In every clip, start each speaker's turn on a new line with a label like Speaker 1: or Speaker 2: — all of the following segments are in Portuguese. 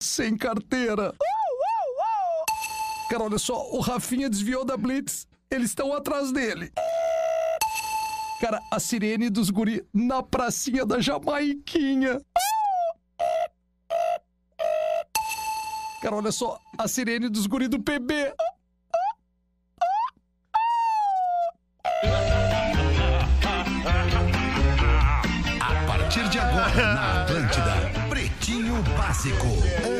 Speaker 1: sem carteira. Cara, olha só, o Rafinha desviou da Blitz. Eles estão atrás dele. Cara, a sirene dos guri na pracinha da Jamaiquinha. Cara, olha só, a sirene dos guri do PB.
Speaker 2: A partir de agora, na Atlântida, Pretinho Básico,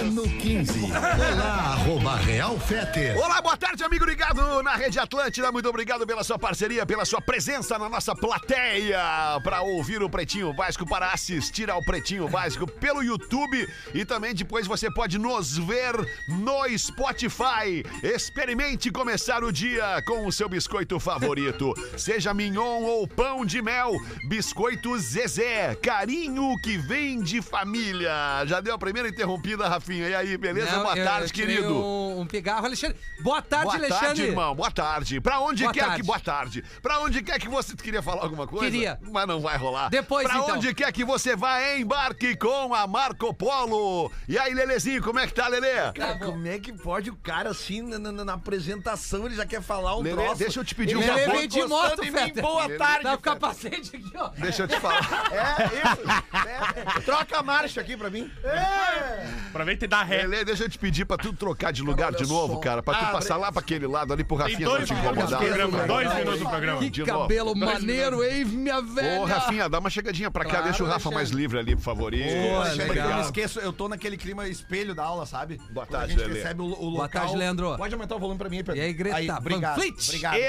Speaker 2: ano 15. Olá, arroba Real Feter.
Speaker 3: Olá, boa tarde, amigo ligado na Rede Atlântida. Muito obrigado pela sua parceria, pela sua presença na nossa plateia para ouvir o Pretinho Básico, para assistir ao Pretinho Básico pelo YouTube e também depois você pode nos ver no Spotify. Experimente começar o dia com o seu biscoito favorito, seja mignon ou pão de mel, biscoito Zezé, carinho que vem de família. Já deu a primeira interrompida, Rafinha. E aí, beleza?
Speaker 4: Não,
Speaker 3: boa
Speaker 4: eu-
Speaker 3: tarde,
Speaker 4: eu tirei
Speaker 3: querido.
Speaker 4: Um, um pigarro, Alexandre. Boa tarde,
Speaker 3: Boa
Speaker 4: Alexandre.
Speaker 3: tarde, irmão. Boa tarde. Pra onde
Speaker 4: Boa
Speaker 3: quer
Speaker 4: tarde.
Speaker 3: que. Boa tarde. Pra onde quer que você. Tu queria falar alguma coisa?
Speaker 4: Queria.
Speaker 3: Mas não vai rolar.
Speaker 4: Depois,
Speaker 3: Pra
Speaker 4: então.
Speaker 3: onde quer que você vá, embarque com a Marco Polo. E aí, Lelezinho, como é que tá, Lelê?
Speaker 2: Cara,
Speaker 4: Tá bom.
Speaker 2: como é que pode o cara assim na, na- na apresentação ele já quer falar um
Speaker 3: Lelê,
Speaker 2: troço?
Speaker 3: deixa eu te pedir
Speaker 2: Ele
Speaker 3: um
Speaker 2: já
Speaker 3: favor.
Speaker 2: foi
Speaker 4: Lelê de
Speaker 2: encostando
Speaker 4: moto,
Speaker 2: em mim,
Speaker 4: Feta.
Speaker 2: Boa
Speaker 3: Lelê-
Speaker 2: tarde.
Speaker 4: Tá com o
Speaker 2: Feta.
Speaker 4: capacete aqui, ó.
Speaker 3: Deixa eu te falar.
Speaker 2: É isso. É. Troca a marcha aqui pra mim. É.
Speaker 5: Aproveita e dá ré.
Speaker 3: Lelê, deixa eu te pedir pra tu trocar de lugar
Speaker 2: olha
Speaker 3: de novo,
Speaker 2: só.
Speaker 3: cara. Pra tu
Speaker 2: Abre.
Speaker 3: passar lá pra aquele lado ali pro
Speaker 5: Ah, Tem
Speaker 3: Rafinha não
Speaker 5: dois
Speaker 3: te
Speaker 5: minutos do
Speaker 3: incomodar.
Speaker 5: programa. Dois
Speaker 2: Não,
Speaker 5: minutos do
Speaker 2: não.
Speaker 5: programa.
Speaker 3: de
Speaker 1: Que
Speaker 3: novo.
Speaker 1: cabelo maneiro, hein, minha velha?
Speaker 3: Ô, Rafinha, dá uma chegadinha pra cá.
Speaker 4: Claro,
Speaker 3: deixa o Rafa
Speaker 4: Alexandre.
Speaker 3: mais livre ali, por favor. Isso.
Speaker 4: Boa,
Speaker 2: Poxa,
Speaker 4: legal.
Speaker 2: eu não esqueço, eu tô naquele clima espelho da aula, sabe?
Speaker 3: Boa
Speaker 2: Quando a
Speaker 3: tarde,
Speaker 2: gente
Speaker 3: Lelê.
Speaker 2: recebe o, o local.
Speaker 4: tarde, Leandro.
Speaker 2: Pode aumentar o volume pra mim, Pedro.
Speaker 4: E aí, grita,
Speaker 2: obrigado,
Speaker 4: Van Fleet.
Speaker 2: obrigado, é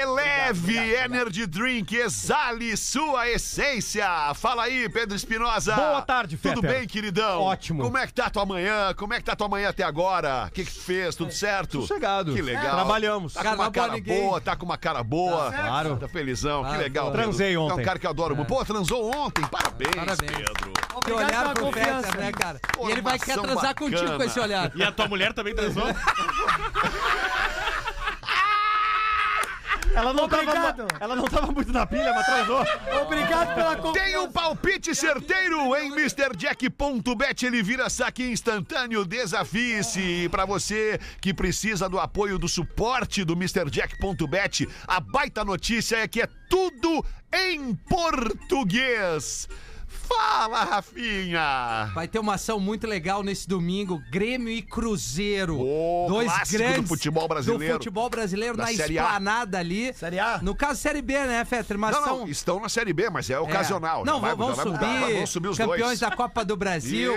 Speaker 2: obrigado,
Speaker 3: Eleve
Speaker 2: obrigado.
Speaker 3: É Energy Drink, exale sua essência. Fala aí, Pedro Espinosa.
Speaker 6: Boa tarde, Fetter.
Speaker 3: Tudo bem, queridão?
Speaker 6: Ótimo.
Speaker 3: Como é que tá tua manhã? Como é que tá tua manhã até agora? O que que tu fez? Tudo certo?
Speaker 6: Sossegado. É,
Speaker 3: Que legal.
Speaker 6: Trabalhamos.
Speaker 3: Tá com uma
Speaker 4: Carnaval
Speaker 3: cara
Speaker 4: ninguém.
Speaker 3: boa, tá com uma cara boa.
Speaker 6: Claro.
Speaker 3: Tá felizão, que
Speaker 4: Claro.
Speaker 3: legal. Pedro.
Speaker 6: Transei
Speaker 3: É um
Speaker 6: ontem.
Speaker 3: cara que eu adoro. muito. Pô, transou ontem. Parabéns,
Speaker 4: Parabéns.
Speaker 3: Pedro.
Speaker 4: Que olhar pro Feta, né, cara? E ele vai querer
Speaker 3: Formação
Speaker 4: transar contigo com
Speaker 3: bacana.
Speaker 4: esse olhar.
Speaker 5: E a tua mulher também transou?
Speaker 6: Ela não, tava,
Speaker 7: Obrigado.
Speaker 6: ela não tava muito na pilha, mas transou.
Speaker 7: Obrigado pela confiança.
Speaker 3: Tem um palpite certeiro em MrJack.bet. Ele vira saque instantâneo. Desafie-se. E Pra você que precisa do apoio, do suporte do MrJack.bet, a baita notícia é que é tudo em português. Fala, Rafinha.
Speaker 4: Vai ter uma ação muito legal nesse domingo, Grêmio e Cruzeiro.
Speaker 3: Ô,
Speaker 4: Dois
Speaker 3: clássico do
Speaker 4: grandes
Speaker 3: futebol brasileiro.
Speaker 4: do futebol brasileiro na
Speaker 3: Série A.
Speaker 4: esplanada ali.
Speaker 2: Série A?
Speaker 4: No caso, Série B, né, Fetter? Mas
Speaker 3: Não,
Speaker 4: são...
Speaker 3: não, estão na Série B, mas é
Speaker 4: É.
Speaker 3: ocasional.
Speaker 4: Não,
Speaker 3: Já vai-
Speaker 4: vão,
Speaker 3: já vai
Speaker 4: subir,
Speaker 3: mudar. Vamos subir os
Speaker 4: campeões
Speaker 3: dois.
Speaker 4: da Copa do Brasil,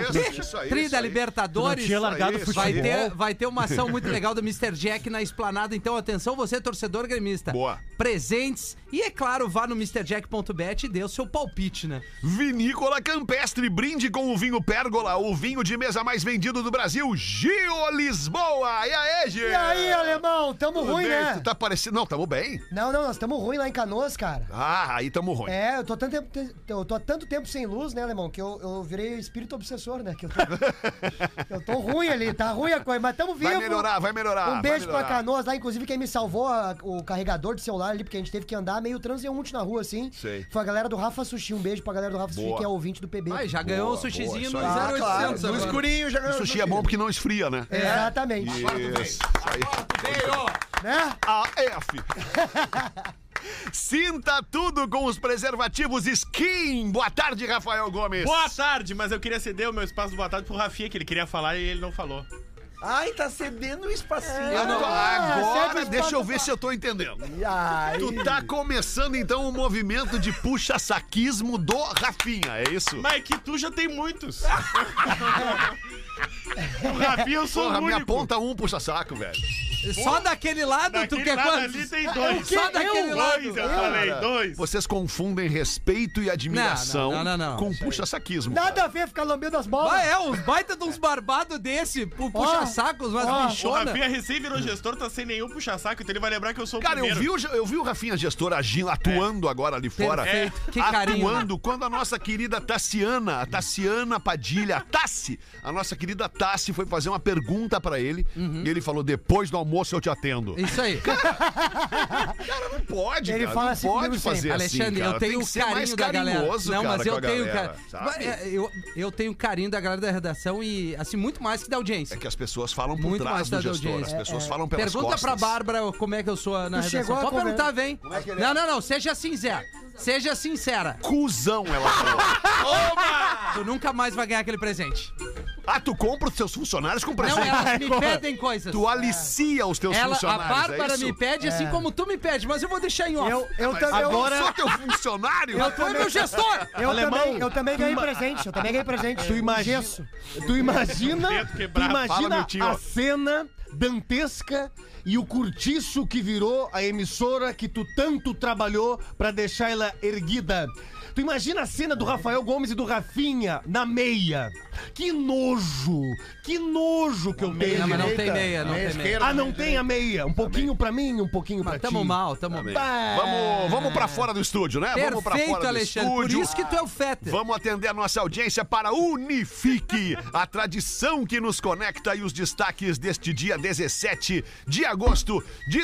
Speaker 3: Isso, isso aí,
Speaker 4: tri
Speaker 3: isso
Speaker 4: da
Speaker 3: aí.
Speaker 4: Libertadores.
Speaker 6: Tu não tinha largado
Speaker 3: o
Speaker 6: futebol.
Speaker 4: Vai ter, vai ter uma ação muito legal do Mr. Jack na esplanada. Então, atenção, você, torcedor gremista.
Speaker 3: Boa.
Speaker 4: Presentes. E, é claro, vá no MrJack.bet e dê o seu palpite, né?
Speaker 3: Vinícola Campestre, brinde com o vinho Pérgola, o vinho de mesa mais vendido do Brasil, Gio Lisboa. E aí, Gio?
Speaker 7: E aí, alemão, tamo
Speaker 3: Tudo
Speaker 7: ruim,
Speaker 3: bem?
Speaker 7: né?
Speaker 3: Tu tá parecendo... Não, tamo bem.
Speaker 7: Não, não, nós tamo ruim lá em Canoas, cara.
Speaker 3: Ah, aí tamo ruim.
Speaker 7: É, eu tô, tanto tempo, eu tô há tanto tempo sem luz, né, alemão, que eu, eu virei espírito obsessor, né? Que eu, tô, eu tô ruim ali, tá ruim a coisa, mas tamo vivo.
Speaker 3: Vai melhorar, vai melhorar.
Speaker 7: Um beijo
Speaker 3: vai
Speaker 7: pra
Speaker 3: melhorar.
Speaker 7: Canoas lá, inclusive quem me salvou a- o carregador de celular ali, porque a gente teve que andar meio transeunte na rua, assim.
Speaker 3: Sei.
Speaker 7: Foi a galera do Rafa Sushi, um beijo pra galera do Rafa Sushi,
Speaker 3: Boa.
Speaker 7: que é ouvinte do PB.
Speaker 4: Ai, já ganhou
Speaker 3: boa,
Speaker 4: um sushizinho
Speaker 3: isso
Speaker 4: no né?
Speaker 3: aí. Ah,
Speaker 4: 0800
Speaker 2: Claro, no
Speaker 4: agora.
Speaker 2: escurinho já ganhou.
Speaker 3: E sushi é bom porque não esfria, né?
Speaker 7: É. Exatamente.
Speaker 3: Isso. Aí.
Speaker 7: Né?
Speaker 3: AF. Sinta tudo com os preservativos Skin. Boa tarde, Rafael Gomes.
Speaker 5: Boa tarde, mas eu queria ceder o meu espaço do boa tarde pro Rafinha, que ele queria falar e ele não falou.
Speaker 2: Ai, tá cedendo o espacinho.
Speaker 3: Eu não- Ah, agora,
Speaker 7: sempre
Speaker 3: deixa eu
Speaker 7: falta-
Speaker 3: ver se eu tô entendendo.
Speaker 2: Ai.
Speaker 3: Tu tá começando então o movimento de puxa-saquismo do Rafinha, é isso?
Speaker 5: Mas é que tu já tem muitos. o Rafinha, eu sou
Speaker 3: Porra,
Speaker 5: o
Speaker 3: me
Speaker 5: único.
Speaker 3: aponta um puxa-saco, velho.
Speaker 4: Só daquele lado, tu
Speaker 5: Daquele
Speaker 4: quer
Speaker 5: lado
Speaker 4: quantos?
Speaker 5: ali tem dois.
Speaker 4: Só daquele
Speaker 5: Dois,
Speaker 4: lado.
Speaker 5: eu falei, dois.
Speaker 3: Vocês confundem respeito e admiração
Speaker 4: Não, não, não, não, não.
Speaker 3: com puxa-saquismo.
Speaker 7: Nada a ver ficar lambendo as bolas.
Speaker 4: Ah, é, uns baita de uns barbados desse, pu- puxa-sacos, umas
Speaker 7: ó.
Speaker 5: O
Speaker 4: bichona.
Speaker 5: Rafinha é recém virou gestor, tá sem nenhum puxa-saco, então ele vai lembrar que eu sou o
Speaker 3: Cara, eu
Speaker 5: primeiro.
Speaker 3: vi, o, eu vi o Rafinha Gestor agindo, atuando agora ali fora.
Speaker 4: Perfeito.
Speaker 3: É.
Speaker 4: Que carinho,
Speaker 3: atuando quando a nossa querida Tassiana, a Tassiana Padilha, a Tassi, a nossa querida Tassi foi fazer uma pergunta pra ele. E ele falou: depois do almoço eu te atendo.
Speaker 4: Isso aí.
Speaker 3: Cara, não pode,
Speaker 7: Ele
Speaker 3: cara,
Speaker 7: fala
Speaker 3: não
Speaker 7: assim
Speaker 3: pode
Speaker 7: comigo
Speaker 3: fazer
Speaker 7: sempre.
Speaker 3: assim,
Speaker 4: Alexandre,
Speaker 3: cara.
Speaker 4: eu tenho
Speaker 3: Tem
Speaker 4: o
Speaker 3: que ser mais
Speaker 4: carinho da galera.
Speaker 3: caringoso,
Speaker 4: Não,
Speaker 3: cara,
Speaker 4: mas
Speaker 3: com
Speaker 4: eu
Speaker 3: a
Speaker 4: tenho,
Speaker 3: galera,
Speaker 4: cara.
Speaker 3: sabe?
Speaker 4: É, Eu, eu tenho carinho da galera da redação e, assim, muito mais que da
Speaker 3: É
Speaker 4: audiência.
Speaker 3: que as pessoas falam por
Speaker 4: Muito
Speaker 3: trás
Speaker 4: mais
Speaker 3: do
Speaker 4: da
Speaker 3: gestor, as
Speaker 4: audiência. É,
Speaker 3: pessoas falam pelas
Speaker 4: Pergunta
Speaker 3: costas. é
Speaker 4: pra Bárbara como é que eu sou na
Speaker 7: Tu chegou
Speaker 4: redação.
Speaker 7: a
Speaker 4: Pode
Speaker 7: conver-
Speaker 4: perguntar, vem. não, não, não, seja sincero. Seja sincera.
Speaker 3: Cusão, ela falou.
Speaker 4: Tu nunca mais vai ganhar aquele presente.
Speaker 3: ah, tu compra os teus funcionários com
Speaker 4: Não,
Speaker 3: presente.
Speaker 4: elas me pedem coisas.
Speaker 3: Tu alicia os teus
Speaker 4: Ela, a
Speaker 3: funcionários,
Speaker 4: Bárbara
Speaker 3: é isso?
Speaker 4: me pede assim como tu me pede, mas eu vou deixar em off.
Speaker 7: Eu, eu
Speaker 3: Mas
Speaker 7: também.
Speaker 3: Eu não sou teu funcionário?
Speaker 7: Eu
Speaker 4: Tu é meu gestor!
Speaker 7: Eu,
Speaker 6: Alemão,
Speaker 7: também, eu também ganhei presente, eu também ganhei presente. Tu
Speaker 6: imagina-
Speaker 7: Gesso.
Speaker 6: Tu imagina,
Speaker 5: Dedo
Speaker 6: tu
Speaker 5: quebrado.
Speaker 3: Fala,
Speaker 6: imagina
Speaker 3: meu tio.
Speaker 6: a cena dantesca e o curtiço que virou a emissora que tu tanto trabalhou pra deixar ela erguida. Tu imagina a cena do Rafael Gomes e do Rafinha na meia. Que nojo! Que nojo que eu tenho.
Speaker 4: Não, mas não tem meia, não tem meia.
Speaker 6: Ah, não tem a meia. Um pouquinho pra mim, um pouquinho pra
Speaker 4: Mas
Speaker 6: ti.
Speaker 4: tamo mal, tamo mal.
Speaker 8: Tá,
Speaker 3: Vamos, vamos pra fora do estúdio, né? vamos pra fora
Speaker 4: Perfeito,
Speaker 3: do
Speaker 4: Alexandre. Por
Speaker 3: estúdio.
Speaker 4: isso que tu é o Feta.
Speaker 3: Vamos atender a nossa audiência para Unifique, a tradição que nos conecta e os destaques deste dia 17 de agosto de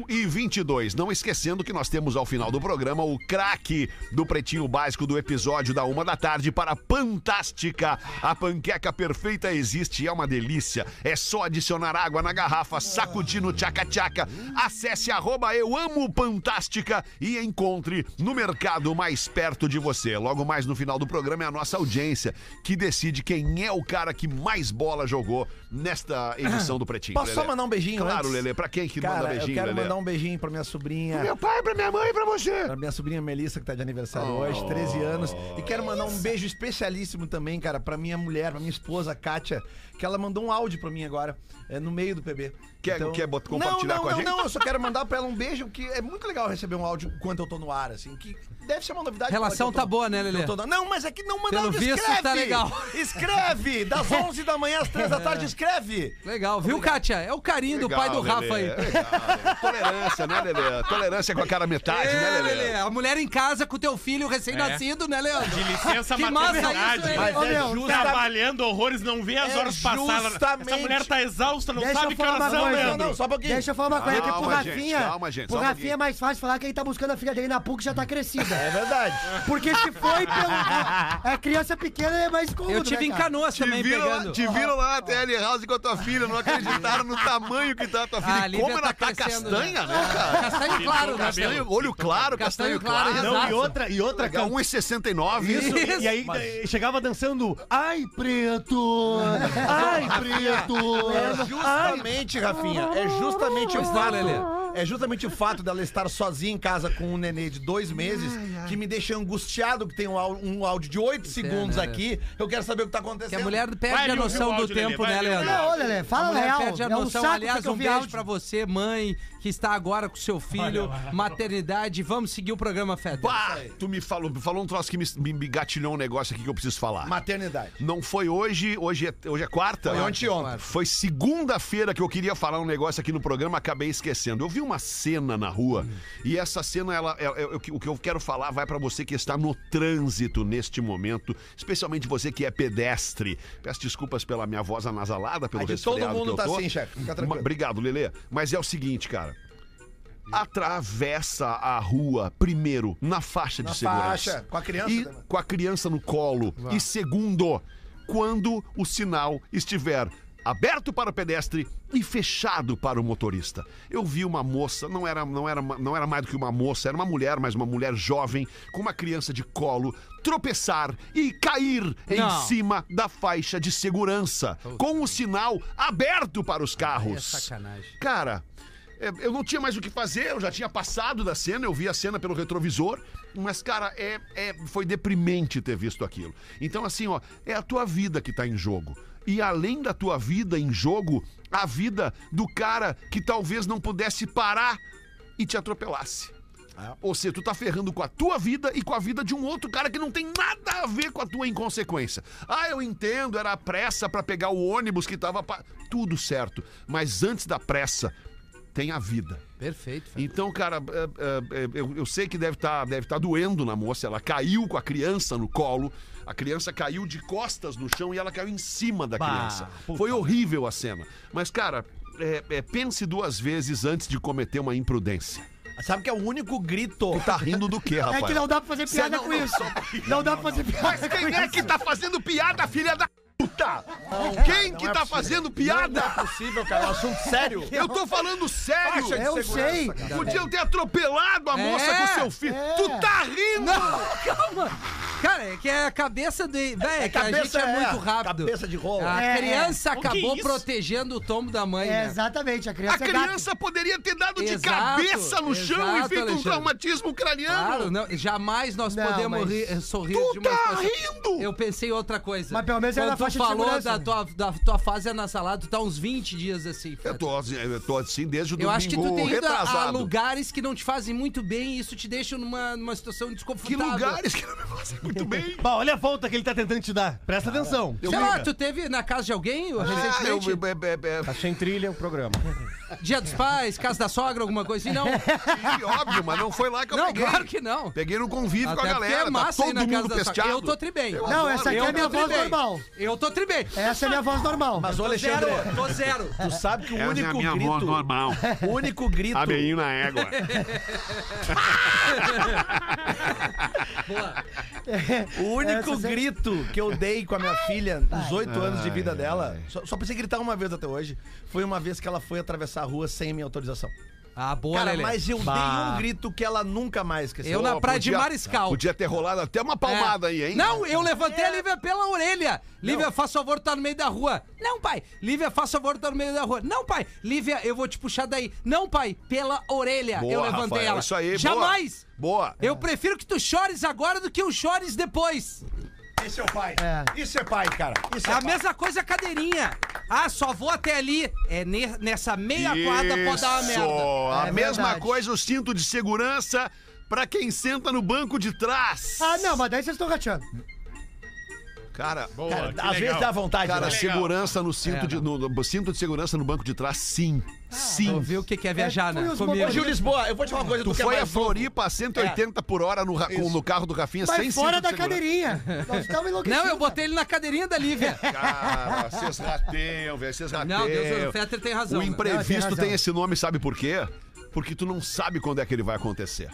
Speaker 3: 2022. Não esquecendo que nós temos ao final do programa o craque do Pretinho Básico do episódio da uma da tarde para Fantástica. A panqueca perfeita existe e é uma delícia. É só adicionar água na garrafa, sacudir no tchaca-tchaca. Acesse arroba eu amo Fantástica e encontre no mercado mais perto de você. Logo mais no final do programa é a nossa audiência que decide quem é o cara que mais bola jogou nesta edição do Pretinho.
Speaker 8: Posso só
Speaker 3: Lelê?
Speaker 8: mandar um beijinho
Speaker 3: Claro,
Speaker 8: antes?
Speaker 3: Lelê. Pra quem que manda
Speaker 8: Cara, eu
Speaker 3: beijinho,
Speaker 8: quero
Speaker 3: Lelê?
Speaker 8: mandar um beijinho pra minha sobrinha.
Speaker 3: Meu pai, pra minha mãe e pra você.
Speaker 8: Pra minha sobrinha Melissa, que tá de aniversário
Speaker 3: Oh.
Speaker 8: hoje, 13 anos. E quero mandar um beijo especialíssimo também, cara, pra minha mulher, pra minha esposa, Kátia, que ela mandou um áudio pra mim agora, é, no meio do PB.
Speaker 3: Quer- quer bot- compartilhar
Speaker 8: não, não,
Speaker 3: com a
Speaker 8: não,
Speaker 3: gente?
Speaker 8: Não, eu só quero mandar pra ela um beijo, que é muito legal receber um áudio enquanto eu tô no ar, assim, que deve ser uma novidade. pra ela,
Speaker 4: Relação
Speaker 8: que eu tô-
Speaker 4: tá boa, né, Lelê?
Speaker 8: eu tô na- Não, mas é que não manda
Speaker 4: Pelo
Speaker 8: áudio,
Speaker 4: visto,
Speaker 8: escreve!
Speaker 4: tá legal.
Speaker 8: Escreve! Das 11 da manhã às 3 da tarde, escreve!
Speaker 4: Legal, viu, Kátia? É o carinho do
Speaker 3: Legal,
Speaker 4: pai do
Speaker 3: Lelê.
Speaker 4: Rafa aí.
Speaker 3: É legal. Tolerância, né, Lelê? Tolerância com a cara metade, né,
Speaker 4: É,
Speaker 3: Lelê?
Speaker 4: Lelê, a mulher em casa com teu filho recém-nascido, né, Leandro?
Speaker 5: De licença
Speaker 4: Que massa
Speaker 5: maternidade.
Speaker 4: isso, hein?
Speaker 8: Mas
Speaker 7: Ô,
Speaker 8: é
Speaker 7: meu,
Speaker 8: justo.
Speaker 5: Trabalhando horrores, não vê as
Speaker 8: É
Speaker 5: horas passarem. Essa
Speaker 8: justamente-
Speaker 5: mulher tá exausta, não
Speaker 7: Deixa
Speaker 5: sabe
Speaker 7: eu
Speaker 5: que
Speaker 7: falar
Speaker 5: horas
Speaker 7: uma
Speaker 5: são,
Speaker 7: coisa,
Speaker 5: Leandro.
Speaker 8: Não, só um pouquinho.
Speaker 7: Deixa eu falar uma coisa aqui pro
Speaker 3: Calma, gente,
Speaker 7: Rafinha.
Speaker 3: calma, gente,
Speaker 7: Pro
Speaker 3: só um pouquinho.
Speaker 7: Rafinha é mais fácil falar que ele tá buscando a filha dele na PUC já tá crescida.
Speaker 8: É verdade.
Speaker 7: Porque se foi pelo. A criança pequena é mais cômodo.
Speaker 4: Eu tive
Speaker 7: né,
Speaker 4: em
Speaker 7: cara?
Speaker 4: canoas
Speaker 3: Te
Speaker 4: também
Speaker 3: viram, lá,
Speaker 4: pegando.
Speaker 3: te viram lá na TL House com a tua filha, não acreditaram no tamanho que tá a tua
Speaker 4: Ah,
Speaker 3: filha.
Speaker 4: a
Speaker 3: E
Speaker 4: Lívia
Speaker 3: como ela
Speaker 4: tá
Speaker 3: tá
Speaker 4: crescendo,
Speaker 3: castanha, né, cara?
Speaker 4: Castanho claro, né?
Speaker 3: Castanho, olho claro, castanho,
Speaker 4: Castanho
Speaker 3: claro.
Speaker 4: claro,
Speaker 3: claro.
Speaker 6: Não,
Speaker 4: Exato.
Speaker 6: e outra, e outra,
Speaker 3: Legal,
Speaker 6: cara.
Speaker 3: 1,69.
Speaker 6: Isso,
Speaker 4: Isso.
Speaker 6: e aí eh, chegava dançando Ai preto, ai
Speaker 8: É
Speaker 6: preto
Speaker 8: justamente, Rafinha, é justamente o
Speaker 4: Pois não,
Speaker 8: fato.
Speaker 4: Lelê?
Speaker 8: É justamente o fato dela estar sozinha em casa com um nenê de dois meses que me deixa angustiado que tem um, áu- um áudio de oito segundos
Speaker 4: né,
Speaker 8: aqui. Eu quero saber o que tá acontecendo.
Speaker 4: Que a mulher
Speaker 5: Vai,
Speaker 4: perde a
Speaker 5: Lil,
Speaker 4: noção
Speaker 5: viu o
Speaker 4: do
Speaker 5: áudio, Lelê,
Speaker 4: tempo,
Speaker 5: vai,
Speaker 4: né,
Speaker 5: Lil.
Speaker 4: Leandro?
Speaker 7: Não, ô, Lelê,
Speaker 4: A
Speaker 7: fala
Speaker 4: mulher
Speaker 7: real.
Speaker 4: perde a
Speaker 7: é um
Speaker 4: noção.
Speaker 7: saco
Speaker 4: Aliás,
Speaker 7: ficar
Speaker 4: um
Speaker 7: ouvindo
Speaker 4: beijo
Speaker 7: áudio. É
Speaker 4: pra você, mãe, que está agora com seu filho, maternidade. Vamos seguir o programa, Feta.
Speaker 3: Pá, tu me falou, falou um troço que me, me- me gatilhou um negócio aqui que eu preciso falar.
Speaker 8: Maternidade.
Speaker 3: Não foi hoje, hoje é, hoje é quarta.
Speaker 8: Foi ontem e ontem.
Speaker 3: Foi segunda-feira que eu queria falar um negócio aqui no programa, acabei esquecendo. Eu vi uma cena na rua e essa cena, ela, ela- eu- eu- o que eu quero falar vai pra você que está no trânsito neste momento, especialmente você que é pedestre. Peço desculpas pela minha voz anasalada, pelo
Speaker 8: A de
Speaker 3: resfriado
Speaker 8: todo
Speaker 3: que
Speaker 8: mundo
Speaker 3: eu
Speaker 8: tá
Speaker 3: tô.
Speaker 8: assim, chefe. Fica
Speaker 3: Ma-
Speaker 8: tranquilo.
Speaker 3: Obrigado, Lelê. Mas é o seguinte, cara. Atravessa a rua, primeiro, na faixa de
Speaker 8: Na
Speaker 3: segurança.
Speaker 8: faixa, com a criança,
Speaker 3: E
Speaker 8: né, mano?
Speaker 3: com a criança no colo. E segundo, quando o sinal estiver aberto para o pedestre e fechado para o motorista. Eu vi uma moça, não era, não era, não era mais do que uma moça, era uma mulher, mas uma mulher jovem, com uma criança de colo, tropeçar e cair em
Speaker 4: Não.
Speaker 3: cima da faixa de segurança, com o sinal aberto para os carros.
Speaker 4: é sacanagem.
Speaker 3: Cara, é, eu não tinha mais o que fazer, eu já tinha passado da cena, eu vi a cena pelo retrovisor, mas, cara, é, é- foi deprimente ter visto aquilo. Então, assim, ó, é a tua vida que tá em jogo. E além da tua vida em jogo, a vida do cara que talvez não pudesse parar e te atropelasse. Ou seja, tu tá ferrando com a tua vida e com a vida de um outro cara que não tem nada a ver com a tua inconsequência. Ah, eu entendo, era a pressa pra pegar o ônibus que tava. pa- Tudo certo. Mas antes da pressa, tem a vida.
Speaker 4: Perfeito, Feta.
Speaker 3: Então, cara, é, é, é, eu, eu sei que deve estar deve tá doendo na moça. Ela caiu com a criança no colo. A criança caiu de costas no chão e ela caiu em cima da criança. Foi horrível a cena. Mas, cara, é, é, pense duas vezes antes de cometer uma imprudência.
Speaker 8: Sabe que é o único grito.
Speaker 3: Tu tá rindo do quê,
Speaker 7: É
Speaker 3: rapaz?
Speaker 7: que não dá pra fazer piada
Speaker 4: é
Speaker 7: com isso.
Speaker 4: um
Speaker 7: Não dá pra fazer piada com
Speaker 3: Quem é que
Speaker 7: isso.
Speaker 3: tá fazendo piada, filha da puta? Quem
Speaker 4: é
Speaker 3: que tá fazendo piada?
Speaker 8: Não é possível, cara. É um assunto sério.
Speaker 3: Eu tô falando sério.
Speaker 8: Faixa de
Speaker 7: Eu
Speaker 8: segurança,
Speaker 7: sei.
Speaker 8: cara.
Speaker 3: Podiam ter atropelado a moça
Speaker 4: É,
Speaker 3: com seu filho.
Speaker 7: é.
Speaker 3: Tu tá rindo?
Speaker 4: Cara, é que é a cabeça de. Véi, é que a gente é, muito rápido. Ah,
Speaker 8: Cabeça de rolo.
Speaker 4: A
Speaker 7: É,
Speaker 4: criança
Speaker 5: é. O que
Speaker 4: acabou
Speaker 5: é isso?
Speaker 4: protegendo o tombo da mãe.
Speaker 7: É,
Speaker 4: né?
Speaker 7: exatamente, a
Speaker 3: A
Speaker 7: criança, é gata.
Speaker 3: criança poderia ter dado de
Speaker 4: Exato,
Speaker 3: cabeça no chão e
Speaker 4: exato,
Speaker 3: feito um
Speaker 4: Alexandre.
Speaker 3: traumatismo
Speaker 4: Claro,
Speaker 3: craniano.
Speaker 4: não, jamais nós
Speaker 7: Não,
Speaker 4: podemos
Speaker 7: mas-
Speaker 4: rir- eh, sorrir de
Speaker 3: Tu
Speaker 4: uma
Speaker 3: tá
Speaker 4: situação-
Speaker 3: rindo?
Speaker 4: Eu pensei em outra coisa.
Speaker 7: Mas pelo menos era
Speaker 4: Quando
Speaker 7: na faixa
Speaker 4: tu
Speaker 7: de
Speaker 4: falou
Speaker 7: segurança,
Speaker 4: da
Speaker 7: né?
Speaker 4: tua, da tua fase anasalada, tu tá uns 20 dias assim.
Speaker 3: Eu
Speaker 4: Fred.
Speaker 3: tô, assim- eu tô assim desde o
Speaker 4: Eu
Speaker 3: domingo
Speaker 4: acho que tu tem ido a- a,
Speaker 3: retrasado.
Speaker 4: lugares que não te fazem muito bem e isso te deixa numa, numa situação
Speaker 3: Que
Speaker 4: desconfortável.
Speaker 3: lugares que não me fazem muito bem.
Speaker 6: Bah, olha a volta que ele tá tentando te dar. Presta atenção.
Speaker 4: Sei lá, tu teve na casa de alguém
Speaker 3: Ah, eu-
Speaker 4: recentemente?
Speaker 3: eu- eu- eu-
Speaker 6: Tá sem trilha o programa.
Speaker 4: Dia dos pais, casa da sogra, alguma coisa assim? Não,
Speaker 3: é, Sim, óbvio, mas não foi lá que eu
Speaker 4: não
Speaker 3: peguei.
Speaker 4: claro que não.
Speaker 3: Peguei no convívio com a
Speaker 4: Até porque é
Speaker 3: galera, tá
Speaker 4: ir
Speaker 3: todo mundo pescado.
Speaker 4: Eu tô tribem.
Speaker 3: Eu
Speaker 7: Não, essa aqui
Speaker 4: Eu
Speaker 7: é a minha
Speaker 4: tô
Speaker 7: voz
Speaker 4: tribem.
Speaker 7: normal.
Speaker 4: Eu tô tribem.
Speaker 7: Essa é a minha voz normal.
Speaker 8: Mas, ô,
Speaker 4: Zero,
Speaker 8: Alexandre,
Speaker 4: tô zero.
Speaker 8: tu sabe que o
Speaker 3: Essa é a
Speaker 8: único
Speaker 3: minha voz
Speaker 8: grito.
Speaker 3: normal.
Speaker 8: O único grito.
Speaker 3: Abeinho na égua.
Speaker 4: Boa. É,
Speaker 8: O único
Speaker 7: Essa sempre-
Speaker 8: grito que eu dei com a minha filha nos oito anos de vida dela, só, só pensei gritar uma vez até hoje, foi uma vez que ela foi atravessar a rua sem a minha autorização.
Speaker 4: Ah, boa,
Speaker 8: Cara,
Speaker 4: Lelê.
Speaker 8: mas eu dei
Speaker 4: Bah.
Speaker 8: um grito que ela nunca mais esqueceu.
Speaker 4: Eu na praia é de Mariscal.
Speaker 3: Podia ter rolado até uma palmada
Speaker 4: É.
Speaker 3: aí, hein?
Speaker 4: Não, eu levantei a Lívia pela orelha. Lívia, faz favor, tá no meio da rua. Não, pai. Lívia, faz favor, tá no meio da rua. Não, pai. Lívia, eu vou te puxar daí. Não, pai. Pela orelha
Speaker 3: Boa,
Speaker 4: eu levantei
Speaker 3: Rafael,
Speaker 4: ela.
Speaker 3: Isso aí, boa.
Speaker 4: Jamais.
Speaker 3: Boa.
Speaker 4: Eu prefiro que tu chores agora do que eu chores depois.
Speaker 8: Isso é pai.
Speaker 7: É.
Speaker 8: Isso é pai, cara. Isso
Speaker 4: É a mesma coisa a cadeirinha. Ah, só vou até ali. É ne- nessa meia quadra pode dar uma
Speaker 3: Isso.
Speaker 4: merda.
Speaker 3: A
Speaker 7: É
Speaker 3: mesma
Speaker 7: verdade.
Speaker 3: coisa, o cinto de segurança pra quem senta no banco de trás.
Speaker 7: Ah, não, mas daí vocês estão rateando.
Speaker 3: Cara,
Speaker 5: Boa, que
Speaker 8: É, Às vezes
Speaker 5: legal.
Speaker 8: dá vontade.
Speaker 3: cara,
Speaker 8: né?
Speaker 5: legal.
Speaker 3: segurança no cinto,
Speaker 4: É,
Speaker 3: de, no, no cinto de segurança no banco de trás, sim. sim.
Speaker 4: Tu viu o que que é viajar,
Speaker 7: É,
Speaker 4: né?
Speaker 7: fui os
Speaker 4: Comigo.
Speaker 7: bobos-
Speaker 8: Gil Lisboa, eu vou te falar uma coisa.
Speaker 3: Tu
Speaker 8: que é
Speaker 3: foi a
Speaker 8: mais novo.
Speaker 3: Floripa a 180 por hora no, ra- com- no carro do Rafinha sem
Speaker 7: Vai
Speaker 3: cinto
Speaker 7: fora
Speaker 3: de
Speaker 7: da
Speaker 3: segurança.
Speaker 7: cadeirinha. Nós estamos enlouquecidos.
Speaker 4: Não, eu botei ele na cadeirinha da Lívia.
Speaker 3: Cara, vocês rateiam, velho, vocês rateiam.
Speaker 4: Não, Deus, o Fetter tem razão.
Speaker 3: O
Speaker 4: né?
Speaker 3: imprevisto
Speaker 7: razão.
Speaker 3: tem, esse nome, sabe por quê? Porque tu não sabe quando é que ele vai acontecer.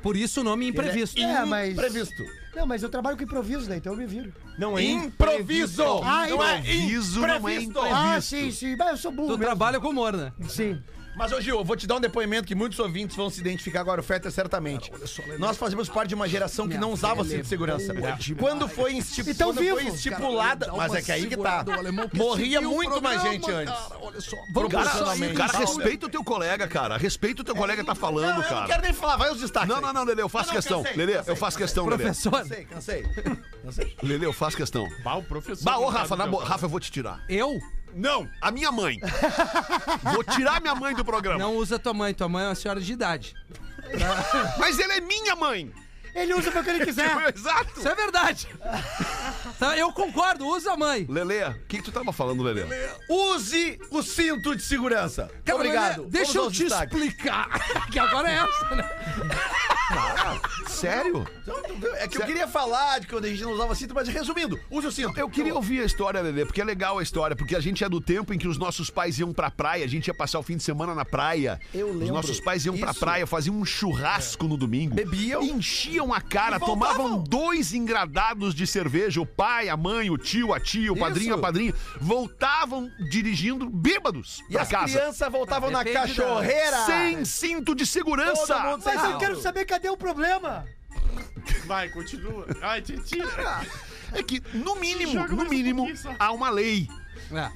Speaker 4: Por isso o nome imprevisto.
Speaker 7: É, mas...
Speaker 8: Previsto.
Speaker 7: Não, mas eu trabalho com improviso, né? Então eu me viro.
Speaker 6: Não é
Speaker 8: Improviso!
Speaker 7: Ah,
Speaker 8: não é
Speaker 3: improviso não é
Speaker 8: imprevisto.
Speaker 7: Ah, sim, sim. Mas eu sou burro
Speaker 4: Tu
Speaker 7: mesmo.
Speaker 4: trabalha com humor, né?
Speaker 7: Sim.
Speaker 8: Mas, ô Gil, eu vou te dar um depoimento que muitos ouvintes vão se identificar agora, o Fetter certamente. Nós fazemos parte de uma geração que não usava cinto de segurança. Quando foi, estipu-
Speaker 7: Então
Speaker 8: quando
Speaker 7: vivo.
Speaker 8: foi estipulada. Mas é que aí que tá.
Speaker 1: segurada, o alemão que
Speaker 8: Morria
Speaker 1: seguiu o
Speaker 8: muito mais gente antes.
Speaker 1: olha só.
Speaker 8: Proporcionalmente.
Speaker 3: Cara, respeita o teu colega, cara. Respeita o teu colega que tá falando,
Speaker 8: Não, Ah, eu não
Speaker 3: cara.
Speaker 8: quero nem falar, vai os destaques.
Speaker 3: Não,
Speaker 8: aí.
Speaker 3: não, não, Lele, eu faço
Speaker 8: Não, não,
Speaker 3: questão.
Speaker 8: cansei,
Speaker 3: Lele, eu
Speaker 8: cansei,
Speaker 3: faço questão, Lele.
Speaker 4: Professor,
Speaker 8: Cansei, cansei.
Speaker 3: Lele, eu faço questão.
Speaker 5: Bah, o professor.
Speaker 3: Bah, ô
Speaker 5: não sabe
Speaker 3: Rafa,
Speaker 5: o
Speaker 3: na
Speaker 5: que
Speaker 3: boa,
Speaker 5: eu
Speaker 3: Rafa, eu vou te tirar.
Speaker 4: eu
Speaker 3: Não, a minha mãe. Vou tirar minha mãe do programa.
Speaker 4: não usa tua mãe. Tua mãe é uma senhora de idade.
Speaker 3: Mas ele é minha mãe.
Speaker 7: Ele usa pra o que ele quiser.
Speaker 3: Exato.
Speaker 4: Isso é verdade. Tá, eu concordo, usa a mãe.
Speaker 3: Lele, o que, que tu tava falando, Lele?
Speaker 8: Use o cinto de segurança.
Speaker 4: Cara,
Speaker 8: Obrigado.
Speaker 4: mas, Deixa eu
Speaker 8: Vamos aos
Speaker 4: te
Speaker 8: destaques.
Speaker 4: explicar. Que agora é essa, né?
Speaker 3: Sério?
Speaker 8: É que eu queria falar de quando a gente não usava cinto, mas resumindo, use o cinto.
Speaker 3: Eu queria ouvir a história, Lelê, porque é legal a história, porque a gente é do tempo em que os nossos pais iam pra praia, a gente ia passar o fim de semana na praia.
Speaker 8: Eu
Speaker 3: Os
Speaker 8: lembro.
Speaker 3: nossos pais iam pra
Speaker 8: Isso. É.
Speaker 3: praia, faziam um churrasco no domingo.
Speaker 8: Bebiam.
Speaker 3: Enchiam a cara,
Speaker 8: E voltavam.
Speaker 3: tomavam dois engradados de cerveja, o pai, a mãe, o tio, a tia, o padrinho,
Speaker 8: Isso.
Speaker 3: a padrinha. Voltavam dirigindo bêbados
Speaker 8: E
Speaker 3: pra
Speaker 8: as
Speaker 3: casa.
Speaker 8: crianças voltavam na
Speaker 4: Depende da-
Speaker 8: cachorreira.
Speaker 3: Sem cinto de segurança.
Speaker 8: Todo mundo sem
Speaker 7: Mas eu
Speaker 8: cinto.
Speaker 7: quero saber cadê o problema.
Speaker 5: tô- Vai, continua. Ai, te tira.
Speaker 3: É que, no mínimo,
Speaker 5: Joga mais
Speaker 3: no
Speaker 5: um
Speaker 3: mínimo,
Speaker 5: pouquinho só.
Speaker 3: há uma lei.
Speaker 4: É,
Speaker 7: Ah,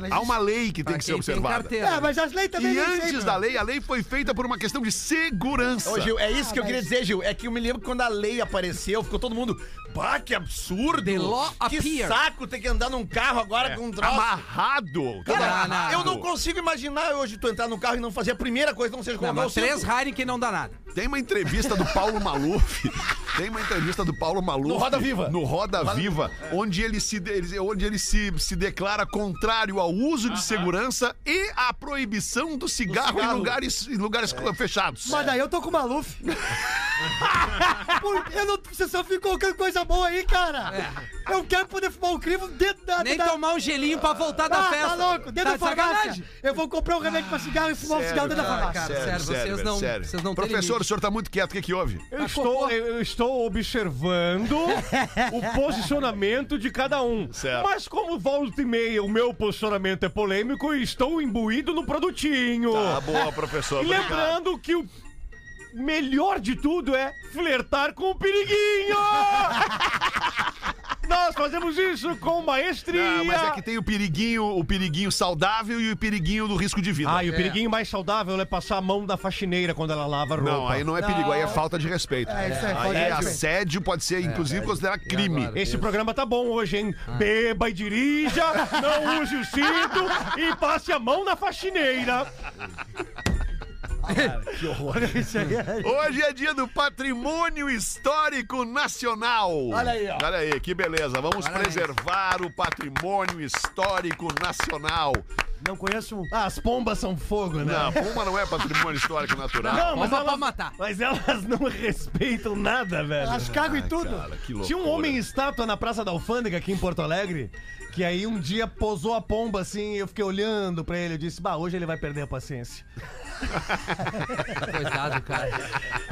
Speaker 7: mas
Speaker 3: Há
Speaker 7: isso-
Speaker 3: uma lei que tem
Speaker 4: pra
Speaker 3: que ser
Speaker 4: quem tem
Speaker 3: observada.
Speaker 4: carteira.
Speaker 7: Ah, mas as leis também
Speaker 3: E
Speaker 7: nem sei,
Speaker 3: antes
Speaker 7: meu.
Speaker 3: da lei, a lei foi feita por uma questão de segurança.
Speaker 8: Ô, Gil, é isso que eu
Speaker 6: Ah,
Speaker 7: mas-
Speaker 8: queria dizer, Gil. É que eu me lembro que quando a lei apareceu, ficou todo mundo. Bah, que absurdo!
Speaker 4: The law
Speaker 8: que
Speaker 4: appear."
Speaker 8: saco ter que andar num carro agora com um troço.
Speaker 3: amarrado.
Speaker 8: Cara,
Speaker 4: Não, não,
Speaker 8: eu não
Speaker 3: não.
Speaker 8: consigo imaginar hoje tu entrar num carro e não fazer a primeira coisa, não seja
Speaker 4: Não,
Speaker 8: colocar o
Speaker 4: mas
Speaker 8: cinto.
Speaker 4: três Heineken não dá nada.
Speaker 3: Tem uma entrevista do Paulo Maluf. Tem uma entrevista do Paulo Maluf.
Speaker 8: No Roda Viva.
Speaker 3: No Roda Viva, onde ele se, de- ele- onde ele se, se declara contrário ao uso de segurança e à proibição do cigarro,
Speaker 8: cigarro. É.
Speaker 3: em lugares, em lugares co- fechados.
Speaker 7: Mas daí eu tô com o Maluf. Por- eu não, vocês só ficam colocando coisa boa aí, cara. Eu quero poder fumar um crivo dentro da...
Speaker 4: É. Nem
Speaker 7: da...
Speaker 4: tomar um gelinho pra voltar da
Speaker 7: Ah,
Speaker 4: festa.
Speaker 7: tá louco, dentro
Speaker 4: Tá
Speaker 7: da
Speaker 4: de
Speaker 7: farmácia.
Speaker 4: sacanagem.
Speaker 7: Eu vou comprar um remédio pra cigarro e fumar um cigarro dentro da
Speaker 4: cara,
Speaker 7: farmácia.
Speaker 4: cara, sério, vocês não- vocês não têm
Speaker 3: Professor,
Speaker 4: limite.
Speaker 3: o senhor tá muito quieto, o que que houve?
Speaker 8: tá-
Speaker 6: Eu estou, eu eu estou observando o posicionamento de cada um.
Speaker 3: Certo.
Speaker 6: Mas como volta e meia o meu posicionamento é polêmico, eu estou imbuído no produtinho.
Speaker 3: Tá boa, professor.
Speaker 6: E
Speaker 3: obrigado.
Speaker 6: lembrando que o melhor de tudo é flertar com o periguinho! Nós fazemos isso com maestria!
Speaker 3: Ah, mas é que tem o periguinho, o periguinho saudável e o periguinho do risco de vida.
Speaker 6: Ah, e o periguinho mais saudável é passar a mão da faxineira quando ela lava a roupa.
Speaker 3: Não, aí não é perigo, aí é falta de respeito.
Speaker 7: É, isso aí, falta
Speaker 3: aí
Speaker 7: de
Speaker 3: é
Speaker 7: respeito.
Speaker 3: assédio, pode ser inclusive considerado crime.
Speaker 6: Esse programa tá bom hoje, hein?
Speaker 4: Ah.
Speaker 6: Beba e dirija, não use o cinto e passe a mão na faxineira.
Speaker 3: Hoje é dia do Patrimônio Histórico Nacional. Olha aí, ó. Olha aí, que beleza. Vamos preservar o patrimônio histórico nacional.
Speaker 7: Não conheço um.
Speaker 6: Ah, as pombas são fogo, né?
Speaker 3: Não, Puma não é patrimônio histórico natural.
Speaker 6: Não, mas
Speaker 4: Bomba pra
Speaker 6: elas,
Speaker 4: matar.
Speaker 6: mas elas não respeitam nada, velho.
Speaker 7: Elas cagam em tudo.
Speaker 3: Cara, que loucura.
Speaker 6: Tinha um homem estátua na Praça da Alfândega aqui em Porto Alegre, que aí um dia posou a pomba assim, e eu fiquei olhando pra ele, eu disse, bah, hoje ele vai perder a paciência.
Speaker 4: Coitado, cara.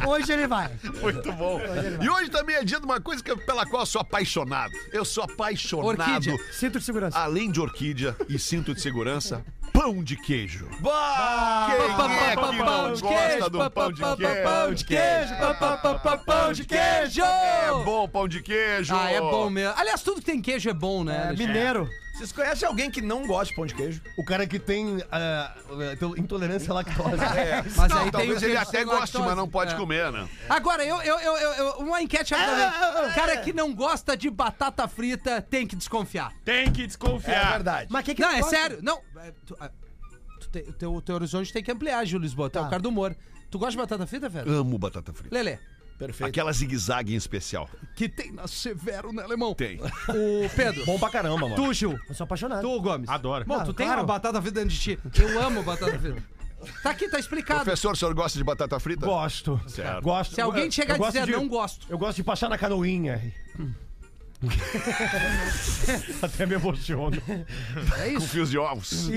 Speaker 7: Hoje ele vai.
Speaker 3: Muito bom. E hoje também é dia de uma coisa que, pela qual eu sou apaixonado. Eu sou apaixonado.
Speaker 4: Orquídea.
Speaker 7: Cinto de segurança.
Speaker 3: Além de orquídea e cinto de segurança, pão de queijo. Quem é que não gosta do pão de
Speaker 4: Pão de queijo, pá, pá, pá, pá, pão de queijo.
Speaker 3: É bom pão de queijo.
Speaker 4: Ah, é bom mesmo. Aliás, tudo que tem queijo é bom, né?
Speaker 7: É,
Speaker 4: Alexandre?
Speaker 7: mineiro.
Speaker 8: Vocês conhecem alguém que não gosta de pão de queijo?
Speaker 6: O cara que tem ah, ah, intolerância à lactose.
Speaker 8: É,
Speaker 4: Mas
Speaker 3: Não,
Speaker 4: aí tem
Speaker 3: talvez
Speaker 4: o
Speaker 3: ele
Speaker 4: queijo
Speaker 3: até
Speaker 4: sem
Speaker 3: goste, mas não
Speaker 4: lactose.
Speaker 3: pode É,
Speaker 4: É.
Speaker 3: comer, né?
Speaker 4: Agora, eu, eu, eu, eu- eu- uma enquete rapidamente. Cara que não gosta de batata frita tem que desconfiar.
Speaker 5: Tem que desconfiar.
Speaker 7: Mas que que
Speaker 4: não,
Speaker 7: ele
Speaker 4: é
Speaker 7: gosta?
Speaker 4: sério. Não. é, tu- ah, tu tem- O teu, teu horizonte tem que ampliar, Júlio Lisboa.
Speaker 3: Tá.
Speaker 4: Tu é o cara do humor. Tu gosta de batata frita, velho?
Speaker 3: Amo batata frita.
Speaker 4: Lele,
Speaker 8: Perfeito.
Speaker 3: Aquela zigue-zague em especial.
Speaker 4: que tem na Severo, né, alemão?
Speaker 3: Tem.
Speaker 4: O Pedro.
Speaker 6: Bom pra caramba, mano.
Speaker 4: Tu, Gil.
Speaker 7: Eu sou apaixonado.
Speaker 4: Tu, Gomes.
Speaker 5: Adoro.
Speaker 4: Bom, tu tem
Speaker 7: Ah, claro.
Speaker 4: uma batata frita dentro de ti. Eu amo batata frita. Tá aqui, tá explicado.
Speaker 3: Professor, o senhor gosta de batata frita?
Speaker 6: Gosto.
Speaker 3: Certo.
Speaker 6: Gosto.
Speaker 4: Se alguém chegar
Speaker 6: Eu
Speaker 4: e
Speaker 6: gosto
Speaker 4: dizer
Speaker 6: de-
Speaker 4: não gosto.
Speaker 6: Eu gosto de passar na canoinha. Até me emociono.
Speaker 3: Com fios de ovos.
Speaker 7: Isso,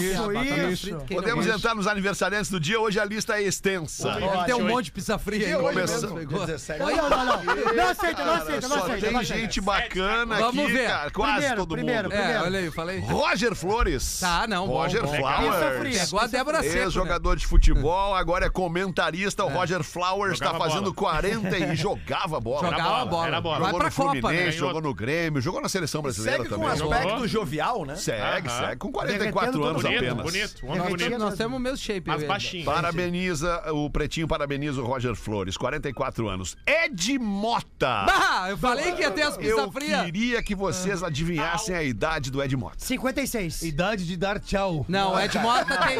Speaker 7: isso.
Speaker 4: Frita, quem não
Speaker 3: Podemos
Speaker 4: gosta?
Speaker 3: entrar nos aniversariantes do dia. Hoje a lista é extensa.
Speaker 4: Tem um monte de pizza fria aí.
Speaker 3: hoje
Speaker 4: Gomes.
Speaker 3: mesmo,
Speaker 4: Pegou.
Speaker 8: 17.
Speaker 4: Olha,
Speaker 7: Não, não, não. Não aceita, não
Speaker 3: Cara,
Speaker 7: aceita, não
Speaker 3: só
Speaker 7: aceita.
Speaker 3: tem
Speaker 7: não aceita.
Speaker 3: gente bacana
Speaker 4: Vamos
Speaker 3: aqui,
Speaker 4: ver.
Speaker 3: cara. Quase
Speaker 7: Primeiro,
Speaker 3: todo
Speaker 7: primeiro.
Speaker 3: mundo.
Speaker 4: É, olha aí, eu falei.
Speaker 3: Roger Flores.
Speaker 4: Tá, não, bom,
Speaker 3: Roger
Speaker 4: bom. é
Speaker 7: Pizza
Speaker 3: Flowers.
Speaker 7: fria.
Speaker 4: Pegou a Débora Seco. né?
Speaker 3: Ex-jogador de futebol, agora é comentarista. O Roger Flowers está
Speaker 5: Jogava
Speaker 3: fazendo
Speaker 5: bola.
Speaker 3: 40 e jogava bola.
Speaker 4: Jogava
Speaker 3: Era
Speaker 4: né? bola,
Speaker 5: era bola.
Speaker 4: Vai
Speaker 3: Jogou
Speaker 4: pra
Speaker 3: no
Speaker 4: Copa,
Speaker 3: Fluminense,
Speaker 4: né?
Speaker 5: Ganhou-
Speaker 3: jogou no Grêmio, jogou na seleção brasileira
Speaker 8: Segue com um
Speaker 3: também.
Speaker 8: aspecto
Speaker 5: Jogou.
Speaker 8: jovial, né?
Speaker 3: Segue,
Speaker 5: Aham.
Speaker 3: segue. Com 44
Speaker 7: Derretendo
Speaker 3: anos
Speaker 7: todo mundo.
Speaker 5: Bonito,
Speaker 3: apenas.
Speaker 5: bonito. Um homem
Speaker 7: Derretia
Speaker 5: bonito.
Speaker 4: Nós temos o mesmo shape. é
Speaker 5: Mas
Speaker 4: eu e ele.
Speaker 5: baixinho.
Speaker 3: Parabeniza, o Pretinho parabeniza o Roger Flores, 44 anos. Ed Mota.
Speaker 4: Bah, eu falei que ia ter as
Speaker 3: Eu
Speaker 4: pizzas frias.
Speaker 3: queria que vocês adivinhassem a idade do Ed Mota.
Speaker 7: 56.
Speaker 6: Idade de dar tchau.
Speaker 4: Não, o Ed Mota tem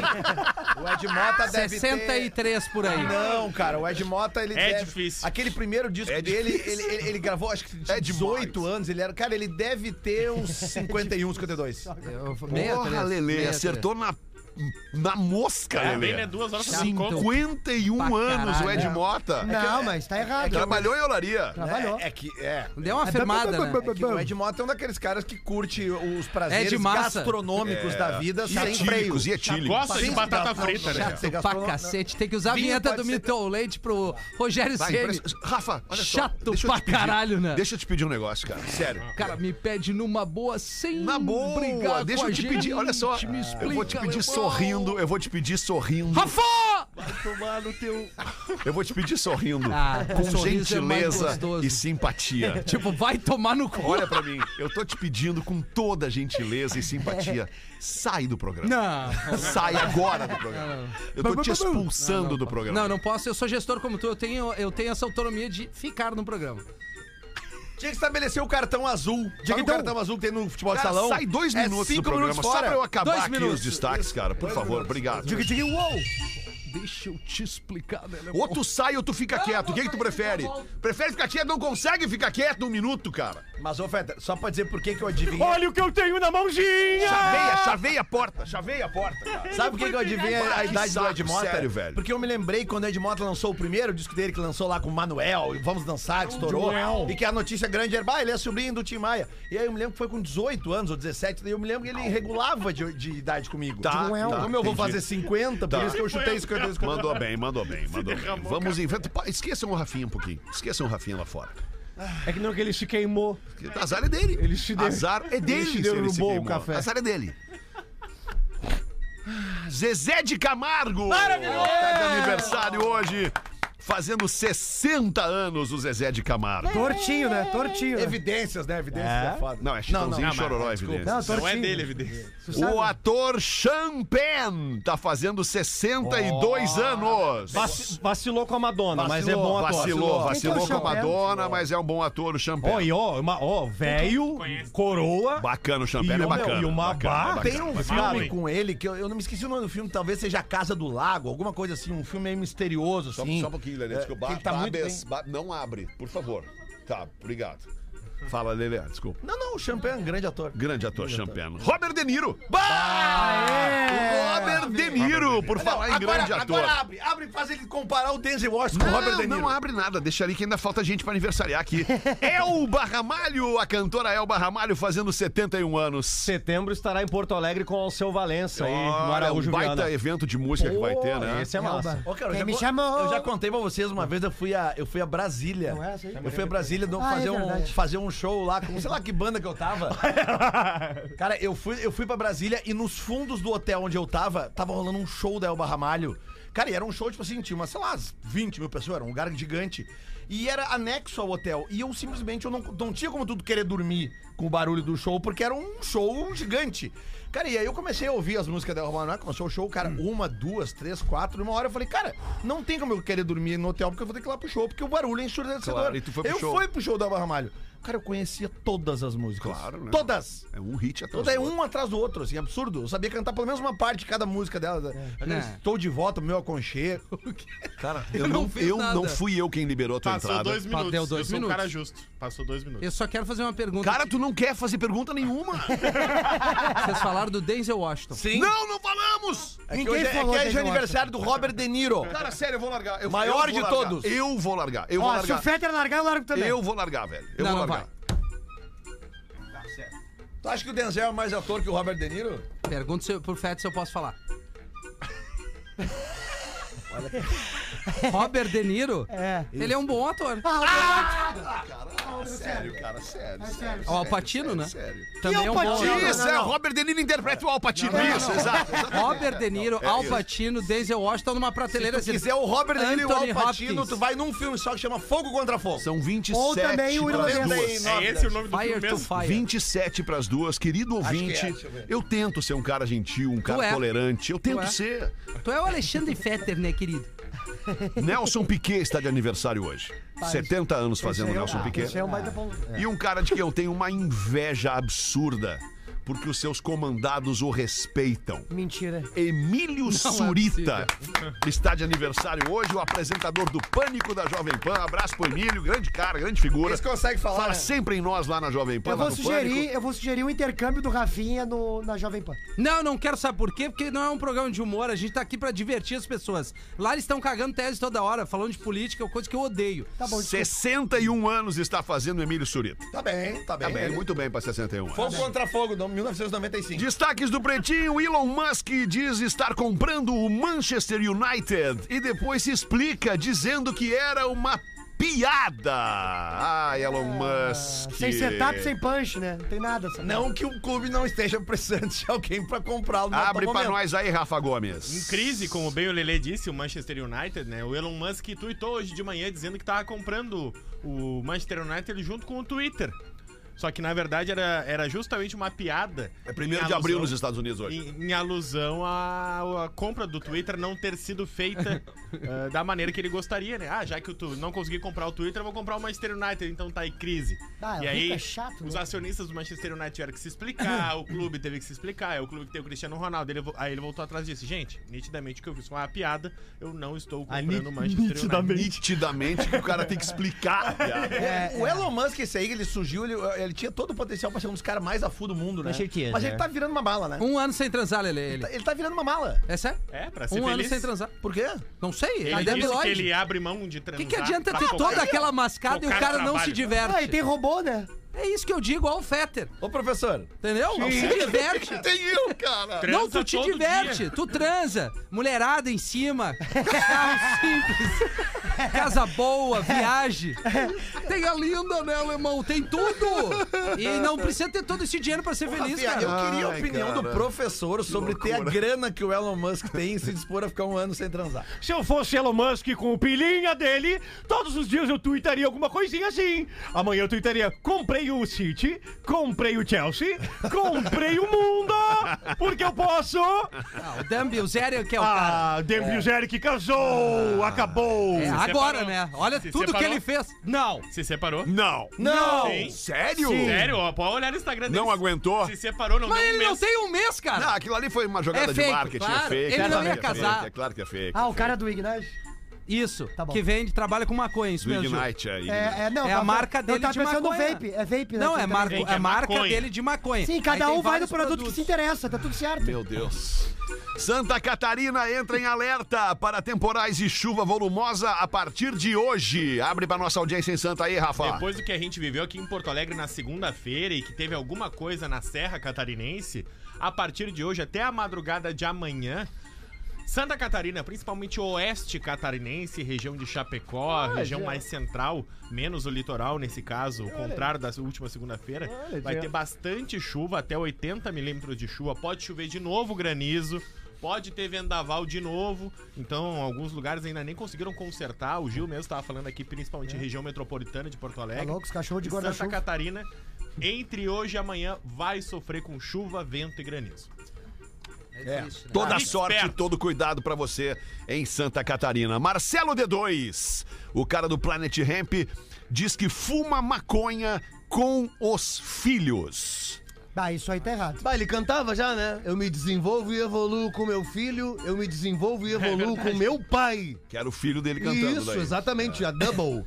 Speaker 8: O Ed Mota deve
Speaker 4: 63 por aí.
Speaker 8: ter... Não, cara, o Ed Mota, ele
Speaker 5: É
Speaker 8: deve...
Speaker 5: difícil.
Speaker 8: Aquele primeiro disco
Speaker 3: É
Speaker 8: dele, ele, ele, ele gravou, acho que tinha
Speaker 3: É demais.
Speaker 8: 18 anos, ele era... Cara, ele deve ter uns 51, 52.
Speaker 4: Eu-
Speaker 3: Porra,
Speaker 4: 63,
Speaker 3: Lele,
Speaker 4: 63.
Speaker 3: acertou na, na mosca,
Speaker 5: É, bem,
Speaker 3: Lele.
Speaker 5: né? Duas horas pra cinco.
Speaker 3: 51
Speaker 4: Pra
Speaker 3: anos o
Speaker 4: caralho.
Speaker 3: Ed Mota.
Speaker 7: Não, mas tá errado.
Speaker 3: Trabalhou em olaria.
Speaker 7: Trabalhou.
Speaker 8: É, é que... É...
Speaker 4: Deu uma afirmada, né?
Speaker 8: É que o Ed Mota é um daqueles caras que curte os prazeres
Speaker 4: É de massa.
Speaker 8: gastronômicos da vida
Speaker 3: E
Speaker 8: sem
Speaker 3: etílicos,
Speaker 8: freio.
Speaker 3: e é etílicos.
Speaker 5: Gosta de batata frita, né?
Speaker 8: Chato ser
Speaker 4: Pra
Speaker 8: gastronômico.
Speaker 4: cacete, tem que usar a
Speaker 8: Vinho
Speaker 4: vinheta
Speaker 8: pode
Speaker 4: do
Speaker 8: ser-
Speaker 4: Milton Leite pro Rogério
Speaker 3: Tá,
Speaker 4: Ceni.
Speaker 3: impress- Rafa, olha
Speaker 4: Chato
Speaker 3: só. deixa eu
Speaker 4: pra
Speaker 3: te pedir-
Speaker 4: caralho, né?
Speaker 3: Deixa eu te pedir um negócio, cara. Sério.
Speaker 4: Cara, me pede numa boa sem
Speaker 3: Na boa,
Speaker 4: brigar
Speaker 3: deixa
Speaker 4: com a
Speaker 3: eu te
Speaker 4: gente.
Speaker 3: pedir. Olha só.
Speaker 4: Me
Speaker 3: eu vou te
Speaker 4: explica,
Speaker 3: pedir
Speaker 4: alemão.
Speaker 3: sorrindo. Eu vou te pedir sorrindo.
Speaker 4: Rafa!
Speaker 3: Eu vou te pedir sorrindo.
Speaker 4: Ah,
Speaker 3: com
Speaker 4: sorriso é mais
Speaker 3: gentileza
Speaker 4: gostoso.
Speaker 3: e simpatia.
Speaker 4: Tipo, vai tomar no cu.
Speaker 3: Olha pra mim, eu tô te pedindo com toda gentileza e simpatia, sai do programa.
Speaker 4: Não.
Speaker 3: Sai agora do programa. Eu tô te expulsando do programa.
Speaker 4: Não, não posso. Eu sou gestor como tu. Eu tenho, eu tenho essa autonomia de ficar no programa.
Speaker 8: Tinha que estabelecer o cartão azul. Tinha que o
Speaker 3: Então,
Speaker 8: cartão azul que tem no futebol de
Speaker 3: Cara,
Speaker 8: salão.
Speaker 3: sai dois
Speaker 8: é
Speaker 3: minutos do
Speaker 8: cinco
Speaker 3: programa,
Speaker 8: minutos
Speaker 3: só pra eu
Speaker 8: fora.
Speaker 3: acabar
Speaker 4: Dois
Speaker 3: aqui
Speaker 4: minutos.
Speaker 3: os destaques, cara. Por favor, obrigado.
Speaker 8: Diga, diga, uou!
Speaker 1: Deixa eu te explicar, né, alemão?
Speaker 3: Ou tu sai ou tu fica quieto. O que, que tu prefere? Prefere ficar quieto? Não consegue ficar quieto um minuto, cara.
Speaker 8: Mas, ô Feta, só pra dizer por que que eu adivinhei. é
Speaker 6: Olha o que eu tenho na mãozinha!
Speaker 3: Chaveia, chaveia a porta, chaveia a porta, cara.
Speaker 8: Sabe por que que eu adivinhei a idade do
Speaker 3: saco,
Speaker 8: Ed Mota?
Speaker 3: sério, velho.
Speaker 8: Porque eu me lembrei quando o Ed Mota lançou o primeiro disco dele, que lançou lá com o Manuel, e Vamos Dançar, que estourou. E que a notícia grande era, ah, ele é sobrinho do Tim Maia. E aí eu me lembro que foi com 18 anos ou 17, daí eu me lembro que ele regulava de, de idade comigo.
Speaker 3: Tá,
Speaker 8: Tipo,
Speaker 3: tá,
Speaker 8: Como eu vou
Speaker 3: entendi.
Speaker 8: fazer 50, por
Speaker 3: Tá.
Speaker 8: isso que eu chutei 52.
Speaker 3: Mandou bem, mandou bem, mandou bem.
Speaker 5: derramou,
Speaker 3: Vamos em frente. Pa- Esqueçam o Rafinha um pouquinho. Esqueçam o Rafinha lá fora.
Speaker 6: É que não que ele se queimou.
Speaker 3: Azar é dele.
Speaker 6: Ele se der-
Speaker 3: Azar é dele.
Speaker 6: se
Speaker 3: se
Speaker 6: derrubou
Speaker 3: se
Speaker 6: o
Speaker 3: queimou.
Speaker 6: café.
Speaker 3: Azar é dele. Zezé de Camargo! Maravilhoso! Tá de aniversário hoje, fazendo 60 anos o Zezé de Camargo.
Speaker 7: Tortinho, né? Tortinho. né?
Speaker 8: Evidências, né? Evidências é, foda.
Speaker 3: Não, é Chitãozinho
Speaker 8: Não,
Speaker 3: e
Speaker 8: não, tá
Speaker 3: Chororó,
Speaker 8: mas,
Speaker 3: evidente.
Speaker 7: Não, tortinho.
Speaker 5: Não é dele, evidente.
Speaker 7: Tu sabe.
Speaker 3: O ator Sean Penn tá fazendo 62 anos.
Speaker 6: Vaci- vacilou com a Madonna, mas é
Speaker 8: Vacilou,
Speaker 6: bom ator.
Speaker 3: Vacilou,
Speaker 7: Quem
Speaker 3: vacilou
Speaker 7: que é o
Speaker 3: com a
Speaker 7: Sean Penn?
Speaker 3: Madonna, mas é um bom ator o Sean Penn.
Speaker 6: Ó, e
Speaker 8: um
Speaker 6: ó, uma- ó, velho, coroa.
Speaker 3: Bacana o Sean
Speaker 6: E
Speaker 8: um,
Speaker 3: Penn, é
Speaker 6: uma-
Speaker 3: bacana.
Speaker 6: e uma
Speaker 3: bacana,
Speaker 6: barra.
Speaker 3: bacana.
Speaker 8: Tem um filme
Speaker 5: Maui.
Speaker 8: com ele que eu, eu não me esqueci o nome do filme, talvez seja A Casa do Lago, alguma coisa assim, um filme meio misterioso,
Speaker 3: Só,
Speaker 8: assim.
Speaker 3: só um pouquinho, Lelê.
Speaker 8: É,
Speaker 3: Desculpa.
Speaker 8: que ele tá muito
Speaker 3: Babes- ba- não abre, por favor. Tá, obrigado. Fala, Lelê, desculpa.
Speaker 8: Não, não, o Champagne é um grande ator.
Speaker 3: Grande ator champiano. Robert De Niro. Bah! Robert De Niro, por falar em grande ator.
Speaker 8: Agora abre, abre e faz ele comparar o Denzel Washington
Speaker 3: Não,
Speaker 8: com o Robert De Niro.
Speaker 3: não abre nada, deixa ali que ainda falta gente pra aniversariar aqui. Elba Ramalho, a cantora Elba Ramalho fazendo 71 anos.
Speaker 6: Setembro estará em Porto Alegre com o seu Valença aí, no
Speaker 3: Olha, um
Speaker 6: Araújo
Speaker 3: baita
Speaker 6: Viana.
Speaker 3: evento de música que vai ter, né?
Speaker 6: Esse é massa.
Speaker 8: Ô, cara, eu
Speaker 7: Quem
Speaker 8: já
Speaker 7: me
Speaker 8: con-
Speaker 7: chamou?
Speaker 8: Eu já contei pra vocês uma vez, eu fui a, eu fui a Brasília.
Speaker 7: Não é essa aí?
Speaker 8: Eu fui a Brasília do-
Speaker 7: Ah, é
Speaker 8: fazer, um,
Speaker 7: verdade.
Speaker 8: fazer um show lá com sei lá que banda que eu tava. Cara, eu fui, eu fui pra Brasília e nos fundos do hotel onde eu tava, tava rolando um show da Elba Ramalho. Cara, e era um show, tipo assim, tinha umas, sei lá, umas 20 mil pessoas, era um lugar gigante. E era anexo ao hotel. E eu simplesmente eu não, não tinha como tudo querer dormir com o barulho do show, porque era um show gigante. Cara, e aí eu comecei a ouvir as músicas da Elba Ramalho. é Começou o show, cara,
Speaker 3: Hum.
Speaker 8: uma, duas, três, quatro. E uma hora eu falei, cara, não tem como eu querer dormir no hotel, porque eu vou ter que ir lá pro show, porque o barulho é ensurdecedor.
Speaker 3: Claro, e tu foi pro
Speaker 8: eu
Speaker 3: show.
Speaker 8: fui pro show da Elba Ramalho. Cara, eu conhecia todas as músicas.
Speaker 3: Claro, né?
Speaker 8: Todas!
Speaker 3: É um hit atrás
Speaker 8: Toda é
Speaker 3: do outro.
Speaker 8: um atrás do outro, assim, absurdo. Eu sabia cantar pelo menos uma parte de cada música dela.
Speaker 4: Né.
Speaker 8: Estou de volta, meu aconchego. Cara,
Speaker 3: Eu,
Speaker 4: Eu
Speaker 3: não,
Speaker 4: não fiz
Speaker 3: eu
Speaker 4: nada.
Speaker 3: não fui eu quem liberou a tua
Speaker 5: Passou
Speaker 3: entrada.
Speaker 5: dois minutos.
Speaker 4: Deu dois
Speaker 5: eu sou um
Speaker 4: minutos.
Speaker 5: cara justo. Passou dois minutos.
Speaker 4: Eu só quero fazer uma pergunta.
Speaker 3: Cara, tu não quer fazer pergunta nenhuma.
Speaker 4: Vocês falaram do Denzel Washington.
Speaker 8: Sim.
Speaker 3: não, não falamos!
Speaker 8: É que
Speaker 7: Ninguém
Speaker 8: hoje é, é,
Speaker 7: falou
Speaker 8: que
Speaker 7: desse
Speaker 8: hoje é aniversário do Robert De Niro.
Speaker 3: Cara, sério, eu vou largar. Eu,
Speaker 8: Maior
Speaker 3: eu vou
Speaker 8: de
Speaker 3: largar.
Speaker 8: todos.
Speaker 3: Eu vou largar. Eu vou
Speaker 7: Ó, se o
Speaker 3: largar.
Speaker 7: Fetter largar, eu largo também.
Speaker 3: Eu vou largar, velho. Eu
Speaker 4: Não,
Speaker 3: vou
Speaker 4: não
Speaker 3: largar.
Speaker 8: Tu acha que o Denzel é mais ator que o Robert De Niro?
Speaker 4: Pergunta se, eu- pro Fett se eu posso falar. Robert De Niro,
Speaker 7: É. Ah,
Speaker 4: ele é um bom ator.
Speaker 3: Sério, Ah, cara,
Speaker 7: É
Speaker 3: sério. sério.
Speaker 4: o Alpatino, né?
Speaker 3: Sério.
Speaker 4: Também é um bom
Speaker 7: Pacino?
Speaker 4: ator.
Speaker 3: Isso, é, Robert De Niro interpreta o Alpatino. Isso, exato. exato.
Speaker 4: Robert De Niro,
Speaker 3: é
Speaker 4: Al Pacino, Denzel Washington numa prateleira.
Speaker 8: Se
Speaker 4: assim.
Speaker 8: quiser o Robert De Niro e o
Speaker 4: Anthony
Speaker 8: Al Pacino,
Speaker 4: Hopkins.
Speaker 8: tu vai num filme só que chama Fogo Contra Fogo.
Speaker 3: São 27
Speaker 7: Ou também o
Speaker 3: pras
Speaker 7: irlandês.
Speaker 3: duas.
Speaker 5: É esse o nome do
Speaker 4: Fire
Speaker 5: filme
Speaker 4: to
Speaker 5: mesmo?
Speaker 4: Fire.
Speaker 3: 27 pras duas, querido ouvinte.
Speaker 8: é, deixa eu ver.
Speaker 3: eu tento ser um cara gentil, um cara
Speaker 4: é.
Speaker 3: tolerante. Eu tento
Speaker 4: é.
Speaker 3: ser.
Speaker 4: Tu é o Alexandre Fetter, né, querido?
Speaker 3: Nelson Piquet está de aniversário hoje. 70 anos fazendo
Speaker 7: Esse aí é um-
Speaker 3: Nelson Piquet.
Speaker 7: Esse é um
Speaker 4: Ah.
Speaker 7: baita bom.
Speaker 3: E um cara de quem eu tenho uma inveja absurda, porque os seus comandados o respeitam.
Speaker 4: É
Speaker 7: Mentira.
Speaker 3: Emílio
Speaker 7: é
Speaker 3: Surita está de aniversário hoje, o apresentador do Pânico da Jovem Pan. Abraço pro Emílio, grande cara, grande figura.
Speaker 8: Esse consegue falar,
Speaker 3: Fala
Speaker 8: né?
Speaker 3: sempre em nós lá na Jovem Pan.
Speaker 7: Eu
Speaker 3: lá
Speaker 7: vou
Speaker 3: no
Speaker 7: sugerir,
Speaker 3: Pânico.
Speaker 7: eu vou sugerir um intercâmbio do Rafinha no, na Jovem Pan.
Speaker 4: Não, não quero saber por quê, porque não é um programa de humor, a gente tá aqui pra divertir as pessoas. Lá eles estão cagando tese toda hora, falando de política, coisa que eu odeio.
Speaker 7: Tá bom, desculpa.
Speaker 3: 61 anos está fazendo Emílio Surita.
Speaker 8: Tá bem, tá bem.
Speaker 3: Tá bem, muito bem para 61 anos.
Speaker 8: Fogo Contra Fogo, no- 1995.
Speaker 3: Destaques do Pretinho, Elon Musk diz estar comprando o Manchester United e depois se explica dizendo que era uma piada. Ai, Elon Musk.
Speaker 7: Sem setup, sem punch, né? Não tem nada. Só.
Speaker 8: Não que o clube não esteja precisando de alguém pra comprá-lo no
Speaker 3: Abre
Speaker 4: tá
Speaker 8: atual
Speaker 3: pra
Speaker 8: momento.
Speaker 3: nós aí, Rafa Gomes.
Speaker 5: Em crise, como bem o Lele disse, o Manchester United, né? O Elon Musk tá tweetou hoje de manhã dizendo que tava comprando o Manchester United junto com o Twitter. Só que, na verdade, era, era justamente uma piada.
Speaker 3: É primeiro
Speaker 5: em
Speaker 3: de abril
Speaker 5: alusão-
Speaker 3: nos Estados Unidos hoje.
Speaker 5: Em, em alusão à, à compra do Twitter não ter sido feita eh, da maneira que ele gostaria, né? Ah, já que eu tu- não consegui comprar o Twitter, eu vou comprar o Manchester United, então tá aí crise.
Speaker 7: Ah,
Speaker 5: e
Speaker 7: o
Speaker 5: aí,
Speaker 7: rico é chato,
Speaker 5: os
Speaker 7: né?
Speaker 5: acionistas do Manchester United tiveram que se explicar, o clube teve que se explicar, é o clube que tem o Cristiano Ronaldo. Ele vo- aí ele voltou atrás e disse: gente, nitidamente o que eu fiz foi uma piada, eu não estou
Speaker 7: Ah,
Speaker 5: comprando o Manchester United.
Speaker 3: Nitidamente que o cara tem que explicar.
Speaker 8: É,
Speaker 6: É,
Speaker 8: o Elon Musk, esse aí que ele surgiu, ele, ele tinha todo o potencial pra ser um dos caras mais a fundo do mundo, né?
Speaker 9: Com certeza.
Speaker 8: Mas ele tá virando uma mala, né?
Speaker 4: Um ano sem transar, Lele.
Speaker 8: Ele
Speaker 4: Ele.
Speaker 8: tá- Ele tá virando uma mala.
Speaker 4: É sério?
Speaker 5: É, pra ser
Speaker 4: Um ano
Speaker 5: feliz.
Speaker 4: sem transar.
Speaker 8: Por quê?
Speaker 4: Não sei, ele,
Speaker 5: Ele
Speaker 4: deve
Speaker 5: disse que
Speaker 4: lógico.
Speaker 5: ele abre mão de
Speaker 4: O
Speaker 5: transar. Ah,
Speaker 4: que, que adianta
Speaker 5: pra
Speaker 4: ter
Speaker 5: focar-
Speaker 4: toda aquela mascada e o
Speaker 5: focar
Speaker 4: cara
Speaker 5: no
Speaker 4: não
Speaker 5: trabalho.
Speaker 4: se diverte?
Speaker 7: Ah, e tem robô, né?
Speaker 4: É isso que eu digo, ó o Fetter.
Speaker 8: Ô, professor,
Speaker 4: Entendeu? Não se diverte.
Speaker 3: Tem eu, cara.
Speaker 4: Não,
Speaker 5: Transa
Speaker 4: tu te
Speaker 5: todo
Speaker 4: diverte, tu transa. Mulherada em cima, carro simples, casa boa, viagem. Tem a linda, né, alemão? Tem tudo. E não precisa ter todo esse dinheiro pra ser feliz,
Speaker 8: Rafinha, Tá eu
Speaker 4: cara.
Speaker 8: queria a
Speaker 3: Ai,
Speaker 8: opinião
Speaker 3: cara.
Speaker 8: do professor sobre ter a grana que o Elon Musk tem e se dispor a ficar um ano sem transar.
Speaker 9: Se eu fosse Elon Musk com o pilinha dele, todos os dias eu twittaria alguma coisinha assim. Amanhã eu twittaria, comprei o City, comprei o Chelsea, comprei o mundo, porque eu posso.
Speaker 4: Ah, o Dambi, o Zé, que é o cara.
Speaker 9: Ah, Demir que casou,
Speaker 6: Ah.
Speaker 9: acabou.
Speaker 4: É, agora,
Speaker 5: separou.
Speaker 4: né? Olha
Speaker 5: Se
Speaker 4: tudo que
Speaker 5: separou.
Speaker 4: ele fez. Não.
Speaker 5: Se separou?
Speaker 3: Não.
Speaker 4: Não.
Speaker 5: Sim.
Speaker 3: Sério?
Speaker 5: Sério, ó, pode olhar no Instagram dele.
Speaker 3: Não aguentou?
Speaker 5: Se separou, não
Speaker 4: Mas
Speaker 5: deu um
Speaker 4: ele não
Speaker 5: mês.
Speaker 4: tem um mês, cara.
Speaker 3: Não, aquilo ali foi uma jogada
Speaker 4: É
Speaker 3: de
Speaker 4: fake,
Speaker 3: marketing, é
Speaker 4: claro.
Speaker 3: fake.
Speaker 4: Ele não ia
Speaker 3: É fake,
Speaker 4: casar.
Speaker 3: É claro que é fake.
Speaker 7: Ah,
Speaker 3: é
Speaker 7: o
Speaker 3: fake.
Speaker 7: cara do Ignite.
Speaker 4: Isso.
Speaker 7: Tá bom.
Speaker 4: que vende, trabalha com maconha, isso
Speaker 3: do
Speaker 4: mesmo. Ju.
Speaker 3: Ignite aí.
Speaker 7: É, é, não,
Speaker 4: É a
Speaker 7: eu tava-
Speaker 4: marca dele
Speaker 7: Eu tava
Speaker 4: de
Speaker 7: pensando
Speaker 4: maconha.
Speaker 7: no vape. É vape, né?
Speaker 4: Não,
Speaker 7: que
Speaker 4: é,
Speaker 7: eu
Speaker 4: marco,
Speaker 7: tava-
Speaker 5: Tem que
Speaker 4: é
Speaker 5: é
Speaker 4: marca
Speaker 5: maconha.
Speaker 4: dele de maconha.
Speaker 7: Sim,
Speaker 4: Aí tem
Speaker 7: cada um vai no
Speaker 4: vários
Speaker 7: produto que
Speaker 4: produtos.
Speaker 7: se interessa, tá tudo certo.
Speaker 3: Meu Deus. Santa Catarina entra em alerta para temporais e chuva volumosa a partir de hoje. Abre para nossa audiência em Santa aí, Rafa.
Speaker 5: Depois do que a gente viveu aqui em Porto Alegre na segunda-feira e que teve alguma coisa na Serra Catarinense, a partir de hoje até a madrugada de amanhã, Santa Catarina, principalmente o oeste catarinense, região de Chapecó, região mais central, menos o litoral nesse caso, o contrário da última segunda-feira, vai ter bastante chuva, até 80 milímetros de chuva, pode chover de novo granizo. Pode ter vendaval de novo, então alguns lugares ainda nem conseguiram consertar. O Gil mesmo estava falando aqui, principalmente região metropolitana de Porto Alegre.
Speaker 7: É. Tá louco, os cachorros de
Speaker 5: E
Speaker 7: guarda-chuva.
Speaker 5: Santa Catarina, entre hoje e amanhã, vai sofrer com chuva, vento e granizo.
Speaker 7: É né?
Speaker 3: Toda
Speaker 5: Ah,
Speaker 3: sorte e
Speaker 5: esperto.
Speaker 3: todo cuidado pra você em Santa Catarina. Marcelo D2, o cara do Planet Hemp, diz que fuma maconha com os filhos.
Speaker 7: Ah, isso aí tá errado.
Speaker 6: Bah, ele cantava já, né? Eu me desenvolvo e evoluo com meu filho, eu me desenvolvo e evoluo
Speaker 8: É
Speaker 6: com meu pai.
Speaker 3: Que era o filho dele cantando
Speaker 6: Isso,
Speaker 3: daí.
Speaker 6: exatamente, a double.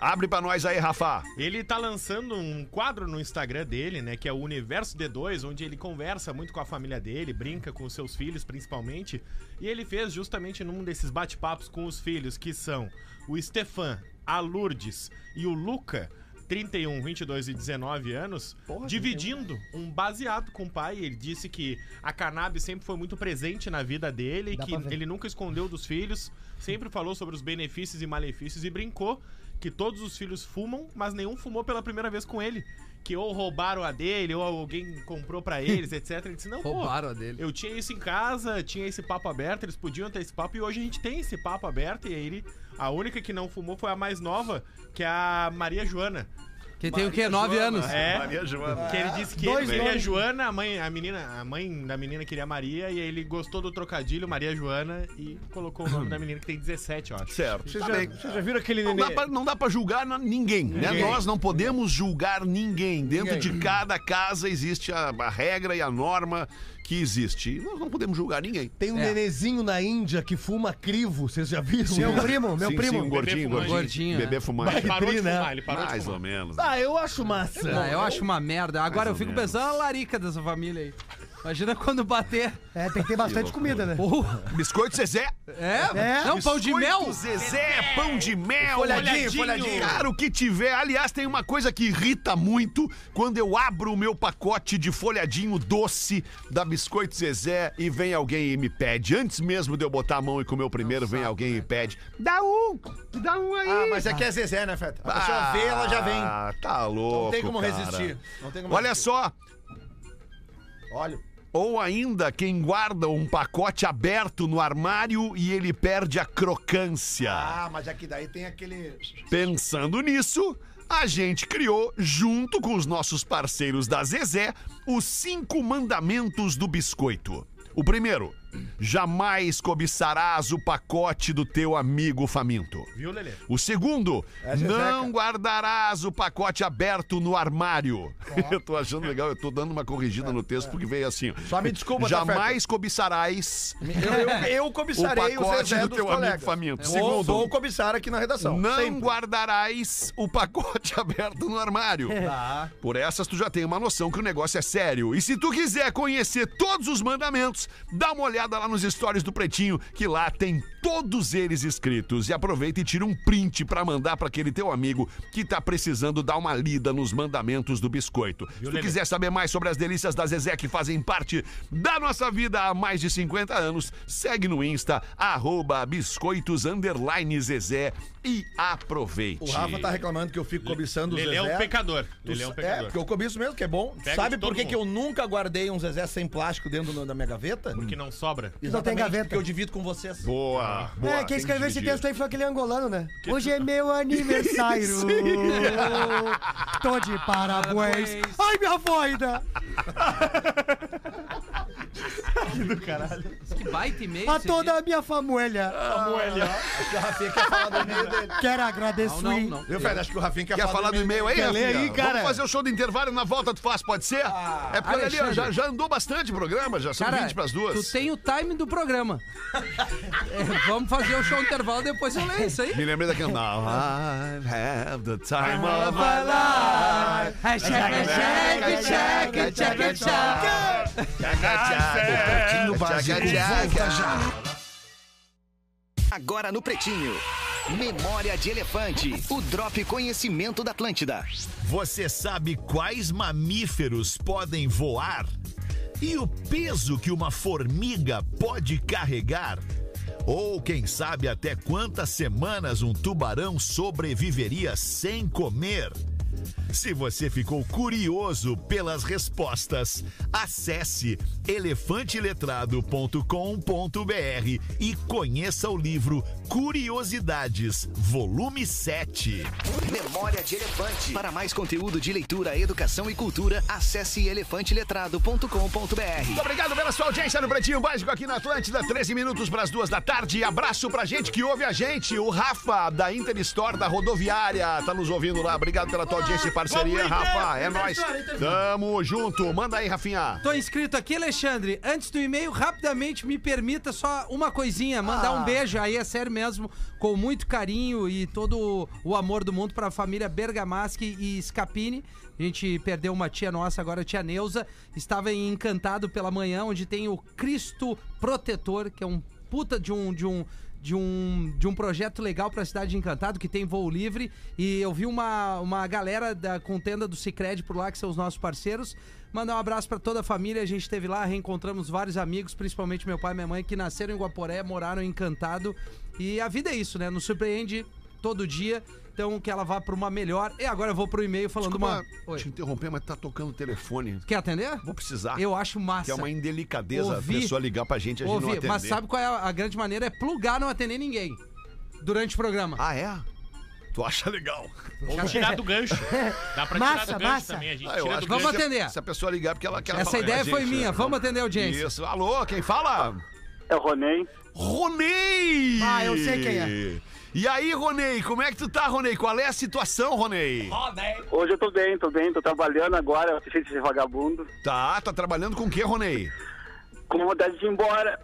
Speaker 3: Abre pra nós aí, Rafa.
Speaker 5: Ele tá lançando um quadro no Instagram dele, né? Que é o Universo D2, onde ele conversa muito com a família dele, brinca com os seus filhos, principalmente. E ele fez justamente num desses bate-papos com os filhos, que são o Stefan, a Lourdes e o Luca. 31, 22 e 19 anos, dividindo um baseado com o pai. Ele disse que a cannabis sempre foi muito presente na vida dele, que ele nunca escondeu dos filhos, sempre falou sobre os benefícios e malefícios e brincou que todos os filhos fumam, mas nenhum fumou pela primeira vez com ele. Que ou roubaram a dele, ou alguém comprou pra eles, etc. Ele disse, não, pô,
Speaker 4: Roubaram a dele.
Speaker 5: eu tinha isso em casa, tinha esse papo aberto, eles podiam ter esse papo e hoje a gente tem esse papo aberto. E aí ele, a única que não fumou foi a mais nova, que é a Maria Joana.
Speaker 4: Que tem o quê? Nove anos?
Speaker 5: É.
Speaker 3: Maria Joana.
Speaker 5: Que ele disse que ele queria a Joana, a mãe, a menina, a mãe da menina queria a Maria, e aí ele gostou do trocadilho Maria Joana e colocou o nome da menina que tem 17, eu acho.
Speaker 3: Certo.
Speaker 9: Vocês
Speaker 3: Tá
Speaker 9: já,
Speaker 3: bem.
Speaker 9: vocês já viram aquele
Speaker 3: Não
Speaker 9: neném?
Speaker 3: dá, pra, não dá pra julgar na- ninguém, né? Nós não podemos julgar ninguém. Dentro de cada casa existe a, a regra e a norma que existe. E Nós não podemos julgar ninguém.
Speaker 6: Tem um
Speaker 4: É.
Speaker 6: nenezinho na Índia que que fuma crivo, vocês já viram?
Speaker 7: Meu primo, meu
Speaker 3: Sim,
Speaker 7: primo.
Speaker 3: Sim, um gordinho,
Speaker 5: Bebê
Speaker 3: gordinho.
Speaker 5: fumante.
Speaker 4: Gordinho,
Speaker 3: Bebê
Speaker 4: né?
Speaker 3: fumante.
Speaker 5: Ele parou de
Speaker 6: Né?
Speaker 5: fumar, ele parou de
Speaker 3: Mais
Speaker 5: fumar.
Speaker 3: ou menos. né?
Speaker 6: Ah, eu acho massa.
Speaker 4: Ah, eu acho uma merda. Agora
Speaker 3: ou
Speaker 4: eu fico
Speaker 3: menos.
Speaker 4: pensando na larica dessa família aí. Imagina quando bater.
Speaker 7: É, tem que ter bastante comida, né?
Speaker 4: Porra.
Speaker 3: Biscoito Zezé.
Speaker 4: É?
Speaker 7: É.
Speaker 4: Não, pão de mel?
Speaker 3: Biscoito Zezé, é pão de mel.
Speaker 8: Folhadinho, folhadinho.
Speaker 3: Cara, o que tiver. Aliás, tem uma coisa que irrita muito quando eu abro o meu pacote de folhadinho doce da Biscoito Zezé e vem alguém e me pede. Antes mesmo de eu botar a mão e comer o primeiro, vem alguém e pede. Dá um, dá um aí.
Speaker 8: Ah, mas é que é Zezé, né, Feta? A pessoa vê, ela já vem.
Speaker 3: Ah, tá louco.
Speaker 8: Não tem como
Speaker 3: cara.
Speaker 8: resistir. Não tem como
Speaker 3: Olha
Speaker 8: resistir.
Speaker 3: só,
Speaker 8: Olha.
Speaker 3: Ou ainda quem guarda um pacote aberto no armário e ele perde a crocância.
Speaker 8: Ah, mas é que daí tem aquele.
Speaker 3: Pensando nisso, a gente criou, junto com os nossos parceiros da Zezé, os cinco mandamentos do biscoito. O primeiro, jamais cobiçarás o pacote do teu amigo faminto.
Speaker 5: Viu, Lelê?
Speaker 3: O segundo,
Speaker 8: É,
Speaker 3: não guardarás o pacote aberto no armário. Eu tô achando legal, eu tô dando uma corrigida no texto porque veio assim. ó.
Speaker 8: Só me desculpa, tá,
Speaker 3: Jamais cobiçarás
Speaker 8: Eu, eu, eu
Speaker 3: o
Speaker 8: cobiçarei o,
Speaker 3: pacote
Speaker 8: Zezé
Speaker 3: do
Speaker 8: dos
Speaker 3: teu amigo
Speaker 8: colegas.
Speaker 3: faminto.
Speaker 8: Ou
Speaker 3: Segundo,
Speaker 8: sou o comissário aqui na redação.
Speaker 3: não
Speaker 8: Sempre.
Speaker 3: guardarás o pacote aberto no armário.
Speaker 8: Tá.
Speaker 3: Por essas, tu já tem uma noção que o negócio é sério. E se tu quiser conhecer todos os mandamentos, dá uma olhada lá nos stories do Pretinho, que lá tem todos eles escritos. E aproveita e tira um print pra mandar pra aquele teu amigo que tá precisando dar uma lida nos mandamentos do biscoito. Se tu
Speaker 5: Lelê?
Speaker 3: quiser saber mais sobre as delícias da Zezé que fazem parte da nossa vida há mais de 50 anos, segue no Insta, arroba biscoitos underline Zezé e aproveite.
Speaker 8: O Rafa tá reclamando que eu fico cobiçando o
Speaker 5: Lelê
Speaker 8: Zezé.
Speaker 5: é um pecador.
Speaker 8: Tu
Speaker 5: Lelê é
Speaker 8: sa-
Speaker 5: um
Speaker 8: É,
Speaker 5: pecador.
Speaker 8: porque eu cobiço mesmo, que é bom.
Speaker 5: Pega
Speaker 8: Sabe
Speaker 5: de todo
Speaker 8: por que,
Speaker 5: mundo.
Speaker 8: que eu nunca guardei um Zezé sem plástico dentro do- da minha gaveta?
Speaker 5: Que não sobra.
Speaker 7: Não tem gaveta.
Speaker 8: Porque eu divido com assim. vocês.
Speaker 3: Boa, boa.
Speaker 7: é, quem
Speaker 3: tem
Speaker 7: escreveu esse
Speaker 3: dividir.
Speaker 7: texto aí foi aquele angolano, né? Hoje é meu aniversário. Tô de parabéns.
Speaker 4: Parabéns.
Speaker 7: Ai, minha voida.
Speaker 4: Que baita e-mail.
Speaker 7: A
Speaker 4: esse
Speaker 7: toda
Speaker 4: aqui.
Speaker 7: a minha família.
Speaker 8: Acho que o Rafinha quer falar do e-mail dele.
Speaker 7: Quero
Speaker 4: Não,
Speaker 7: agradecer.
Speaker 4: não, não.
Speaker 8: Viu, Fred? Acho que o Rafinha quer,
Speaker 3: Quer falar do e-mail aí,
Speaker 6: Quer ler
Speaker 3: Rafinha?
Speaker 6: aí, cara?
Speaker 3: Vamos fazer o show do intervalo e na volta tu faz, pode ser? é porque olha ali, ó,
Speaker 4: Alexandre.
Speaker 3: já, já andou bastante o programa, já são
Speaker 4: Cara,
Speaker 3: 20 pras duas.
Speaker 4: Tu tem o time do programa. É, vamos fazer o show intervalo, depois eu leio isso aí.
Speaker 3: Me lembrei daquele. Now I have the time of my
Speaker 4: Vai
Speaker 3: life.
Speaker 4: Check, check, check, check, check, check.
Speaker 2: Pretinho Básico volta já.
Speaker 10: Agora no Pretinho. Memória de Elefante. O Drop Conhecimento da Atlântida.
Speaker 2: Você sabe quais mamíferos podem voar? E o peso que uma formiga pode carregar? Ou quem sabe até quantas semanas um tubarão sobreviveria sem comer? Se você ficou curioso pelas respostas, acesse elefanteletrado.com.br e conheça o livro Curiosidades, volume 7.
Speaker 10: Memória de Elefante. Para mais conteúdo de leitura, educação e cultura, acesse elefanteletrado.com.br.
Speaker 3: Muito obrigado pela sua audiência no Pretinho Básico aqui na Atlântida, 13 minutos pras duas da tarde. Abraço pra gente que ouve a gente, o Rafa da Inter Store da Rodoviária, tá nos ouvindo lá. Obrigado pela tua audiência e parceria,
Speaker 5: Inter!
Speaker 3: Rafa. É
Speaker 5: Inter
Speaker 3: nóis.
Speaker 5: Store, Inter Store.
Speaker 3: Tamo junto. Manda aí, Rafinha.
Speaker 4: Tô inscrito aqui, Alexandre. Antes do e-mail, rapidamente me permita só uma coisinha, mandar um beijo aí, é sério mesmo, com muito carinho e todo o amor do mundo pra família Bergamaschi e Scapini. A gente perdeu uma tia nossa agora, a tia Neuza. Estava em Encantado pela Manhã, onde tem o Cristo Protetor, que é um puta de um de um de um, de um projeto legal pra Cidade de Encantado, que tem voo livre. E eu vi uma, uma galera da contenda do Cicred por lá, que são os nossos parceiros. Mandar um abraço pra toda a família. A gente esteve lá, reencontramos vários amigos, principalmente meu pai e minha mãe, que nasceram em Guaporé, moraram em Encantado. E a vida é isso, né? Nos surpreende todo dia. Então que ela vá pra uma melhor. E agora eu vou pro e-mail falando
Speaker 3: Desculpa
Speaker 4: uma. Oi.
Speaker 3: te interromper, mas tá tocando o telefone.
Speaker 4: Quer atender?
Speaker 3: Vou precisar.
Speaker 4: Eu acho massa.
Speaker 3: Que é uma indelicadeza
Speaker 4: Ouvi.
Speaker 3: a pessoa ligar pra gente e a gente não
Speaker 4: Ouvi,
Speaker 3: atender.
Speaker 4: mas sabe qual é a, a grande maneira? É plugar, não atender ninguém. Durante o programa.
Speaker 3: Ah, é? Tu acha legal?
Speaker 5: Ou tirar do gancho. Dá pra tirar
Speaker 7: Massa,
Speaker 5: do gancho
Speaker 7: massa.
Speaker 5: também. A gente
Speaker 3: Ah, eu
Speaker 5: tira
Speaker 3: acho
Speaker 5: do
Speaker 3: que
Speaker 5: gancho.
Speaker 4: Vamos
Speaker 3: se a-
Speaker 4: atender.
Speaker 3: Se a pessoa ligar, porque ela quer
Speaker 4: Essa
Speaker 3: falar com a
Speaker 4: ideia foi
Speaker 3: gente,
Speaker 4: minha.
Speaker 3: né?
Speaker 4: Vamos atender a audiência.
Speaker 3: Isso. Alô, quem fala?
Speaker 11: É o Ronei.
Speaker 3: Ronei!
Speaker 7: Ah, eu sei quem é.
Speaker 3: E aí, Ronei, como é que tu tá, Ronei? Qual é a situação, Ronei?
Speaker 11: Hoje eu tô bem, tô bem, tô trabalhando agora, fiz esse vagabundo.
Speaker 3: Tá, tá trabalhando com o que, Ronei?
Speaker 11: Com vontade de ir embora.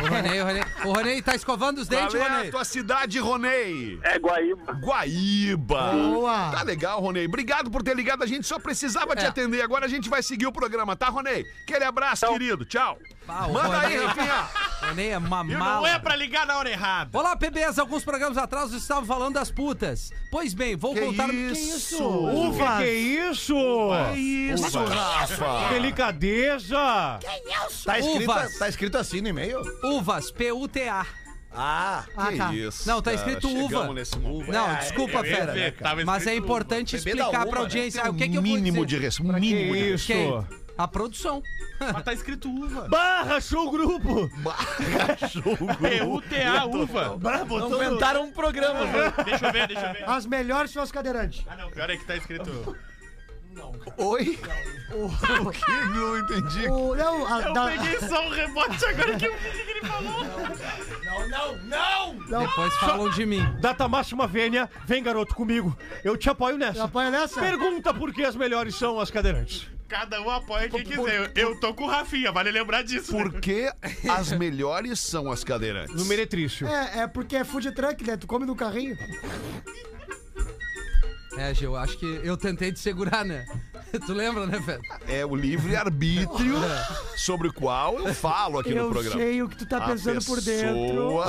Speaker 4: O Ronei, o Ronei. O Ronei tá escovando os dentes,
Speaker 3: Qual é a
Speaker 4: Ronei.
Speaker 3: tua cidade, Ronei?
Speaker 11: É Guaíba.
Speaker 3: Guaíba.
Speaker 7: Boa.
Speaker 3: Tá legal, Ronei. Obrigado por ter ligado. A gente só precisava te
Speaker 4: É.
Speaker 3: atender. Agora a gente vai seguir o programa, tá, Ronei? Aquele abraço,
Speaker 11: Então-
Speaker 3: querido. Tchau.
Speaker 4: Ah, o
Speaker 3: Manda aí,
Speaker 4: Ronei.
Speaker 3: Rafinha.
Speaker 4: O Ronei é
Speaker 5: E
Speaker 3: um
Speaker 5: não é
Speaker 4: mamala.
Speaker 5: pra ligar na hora errada.
Speaker 4: Olá, PBs. Alguns programas atrás estavam falando das putas. Pois bem, vou contar...
Speaker 9: Ufa, que isso?
Speaker 3: Isso, Rafa.
Speaker 9: Delicadeza!
Speaker 8: Tá escrito,
Speaker 4: Uvas.
Speaker 8: tá escrito assim no e-mail?
Speaker 4: Uvas, P-U-T-A.
Speaker 8: Ah,
Speaker 7: Ah, tá.
Speaker 3: Isso.
Speaker 4: Não, tá escrito
Speaker 3: chegamos
Speaker 4: uva.
Speaker 3: Nesse momento.
Speaker 4: Não, desculpa,
Speaker 5: eu ia
Speaker 4: fera.
Speaker 5: ver, tava
Speaker 4: Mas é
Speaker 5: escrito
Speaker 4: importante
Speaker 8: Bebê da
Speaker 4: explicar pra
Speaker 8: uva, né?
Speaker 4: audiência.
Speaker 3: Tem
Speaker 4: Ah, o que que eu vou
Speaker 3: é, um mínimo
Speaker 4: dizer?
Speaker 3: de res... mínimo de
Speaker 9: isso?
Speaker 4: Quem? A produção.
Speaker 5: Mas tá escrito uva.
Speaker 9: Barra show grupo!
Speaker 5: P-U-T-A, uva.
Speaker 9: Bravo, todo...
Speaker 8: Inventaram um programa, velho.
Speaker 5: Deixa eu ver, deixa eu ver.
Speaker 7: As melhores são as cadeirantes.
Speaker 5: Ah, não, pior é que tá escrito.
Speaker 3: Oi? O que? Não entendi.
Speaker 7: O, não, a,
Speaker 5: Eu
Speaker 7: da-
Speaker 5: peguei só um rebote agora que eu vi o que ele falou.
Speaker 4: Depois falam de mim.
Speaker 9: Data máxima vênia, vem garoto comigo. Eu te apoio nessa.
Speaker 7: apanha nessa?
Speaker 9: Pergunta por que as melhores são as cadeirantes.
Speaker 5: Cada um apoia quem quiser. Eu eu tô com o Rafinha, vale lembrar disso. né?
Speaker 3: Por que as melhores são as cadeirantes?
Speaker 9: No meretrício.
Speaker 7: É, é porque é food truck, né? Tu come no carrinho.
Speaker 4: É, Gil, acho que eu tentei te segurar, né? Tu lembra, né, velho?
Speaker 3: É o livre-arbítrio sobre o qual eu falo aqui no
Speaker 7: Eu
Speaker 3: programa.
Speaker 7: sei o que tu tá pensando por dentro.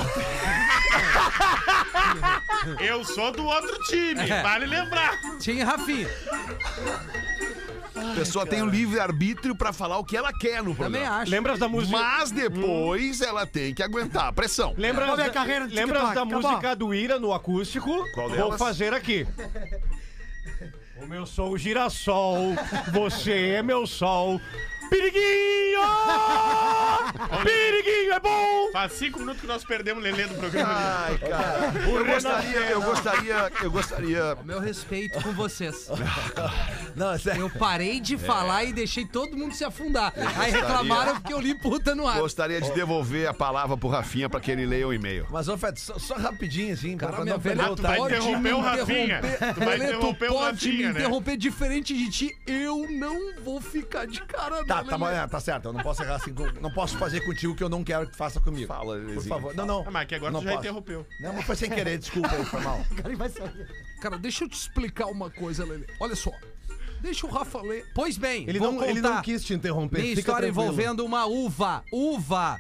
Speaker 5: Eu sou do outro time,
Speaker 4: É.
Speaker 5: vale lembrar.
Speaker 4: Tinha Rafinha.
Speaker 3: A pessoa tem o livre-arbítrio pra falar o que ela quer no
Speaker 4: Também
Speaker 3: programa.
Speaker 4: acho.
Speaker 9: Lembras da música.
Speaker 3: Mas depois ela tem que aguentar a pressão.
Speaker 9: Lembras,
Speaker 7: Acabou minha
Speaker 9: da-
Speaker 7: carreira de
Speaker 9: lembras
Speaker 7: TikTok,
Speaker 9: da
Speaker 7: acabou.
Speaker 9: música do Ira no acústico?
Speaker 3: Qual
Speaker 9: Vou
Speaker 3: delas?
Speaker 9: fazer aqui. Como eu sou o girassol, você é meu sol. Piriguinho! Piriguinho é bom!
Speaker 5: Faz cinco minutos que nós perdemos o Lelê do programa.
Speaker 3: Ai, cara. Eu gostaria, eu gostaria, eu gostaria.
Speaker 4: Meu respeito com vocês.
Speaker 8: Não, é sério.
Speaker 4: Eu parei de falar e deixei todo mundo se afundar. Aí reclamaram porque eu li puta no ar.
Speaker 3: Gostaria de devolver a palavra pro Rafinha pra que ele leia o e-mail.
Speaker 8: Mas, ô, Fed, só, só rapidinho, assim, cara, pra
Speaker 4: minha
Speaker 8: não perder
Speaker 4: velha,
Speaker 8: o
Speaker 4: tu
Speaker 8: time.
Speaker 5: vai interromper o Rafinha. Tu vai
Speaker 4: Lelê, tu
Speaker 5: interromper o
Speaker 4: pode me
Speaker 5: Rafinha, né?
Speaker 4: interromper diferente de ti. Eu não vou ficar de cara
Speaker 8: Tá,
Speaker 4: não,
Speaker 8: tá, bom,
Speaker 4: Lelê.
Speaker 8: é, tá certo. Eu não posso errar assim. com- Não posso fazer contigo o que eu não quero que tu faça comigo.
Speaker 3: Fala,
Speaker 8: Por
Speaker 3: Lelezinho,
Speaker 8: favor. Não, não.
Speaker 5: Ah, mas que agora
Speaker 8: não
Speaker 5: tu já
Speaker 8: posso.
Speaker 5: interrompeu.
Speaker 8: Não, mas foi sem querer, desculpa aí, foi mal.
Speaker 7: Cara, ele vai sair.
Speaker 4: Cara, deixa eu te explicar uma coisa, Lelê. Olha só. Deixa o Rafa ler. Pois bem,
Speaker 6: Ele
Speaker 4: vou
Speaker 6: não,
Speaker 4: contar.
Speaker 6: ele não quis te interromper.
Speaker 4: Minha
Speaker 6: fica
Speaker 4: história
Speaker 6: tranquilo.
Speaker 4: envolvendo uma uva. Uva!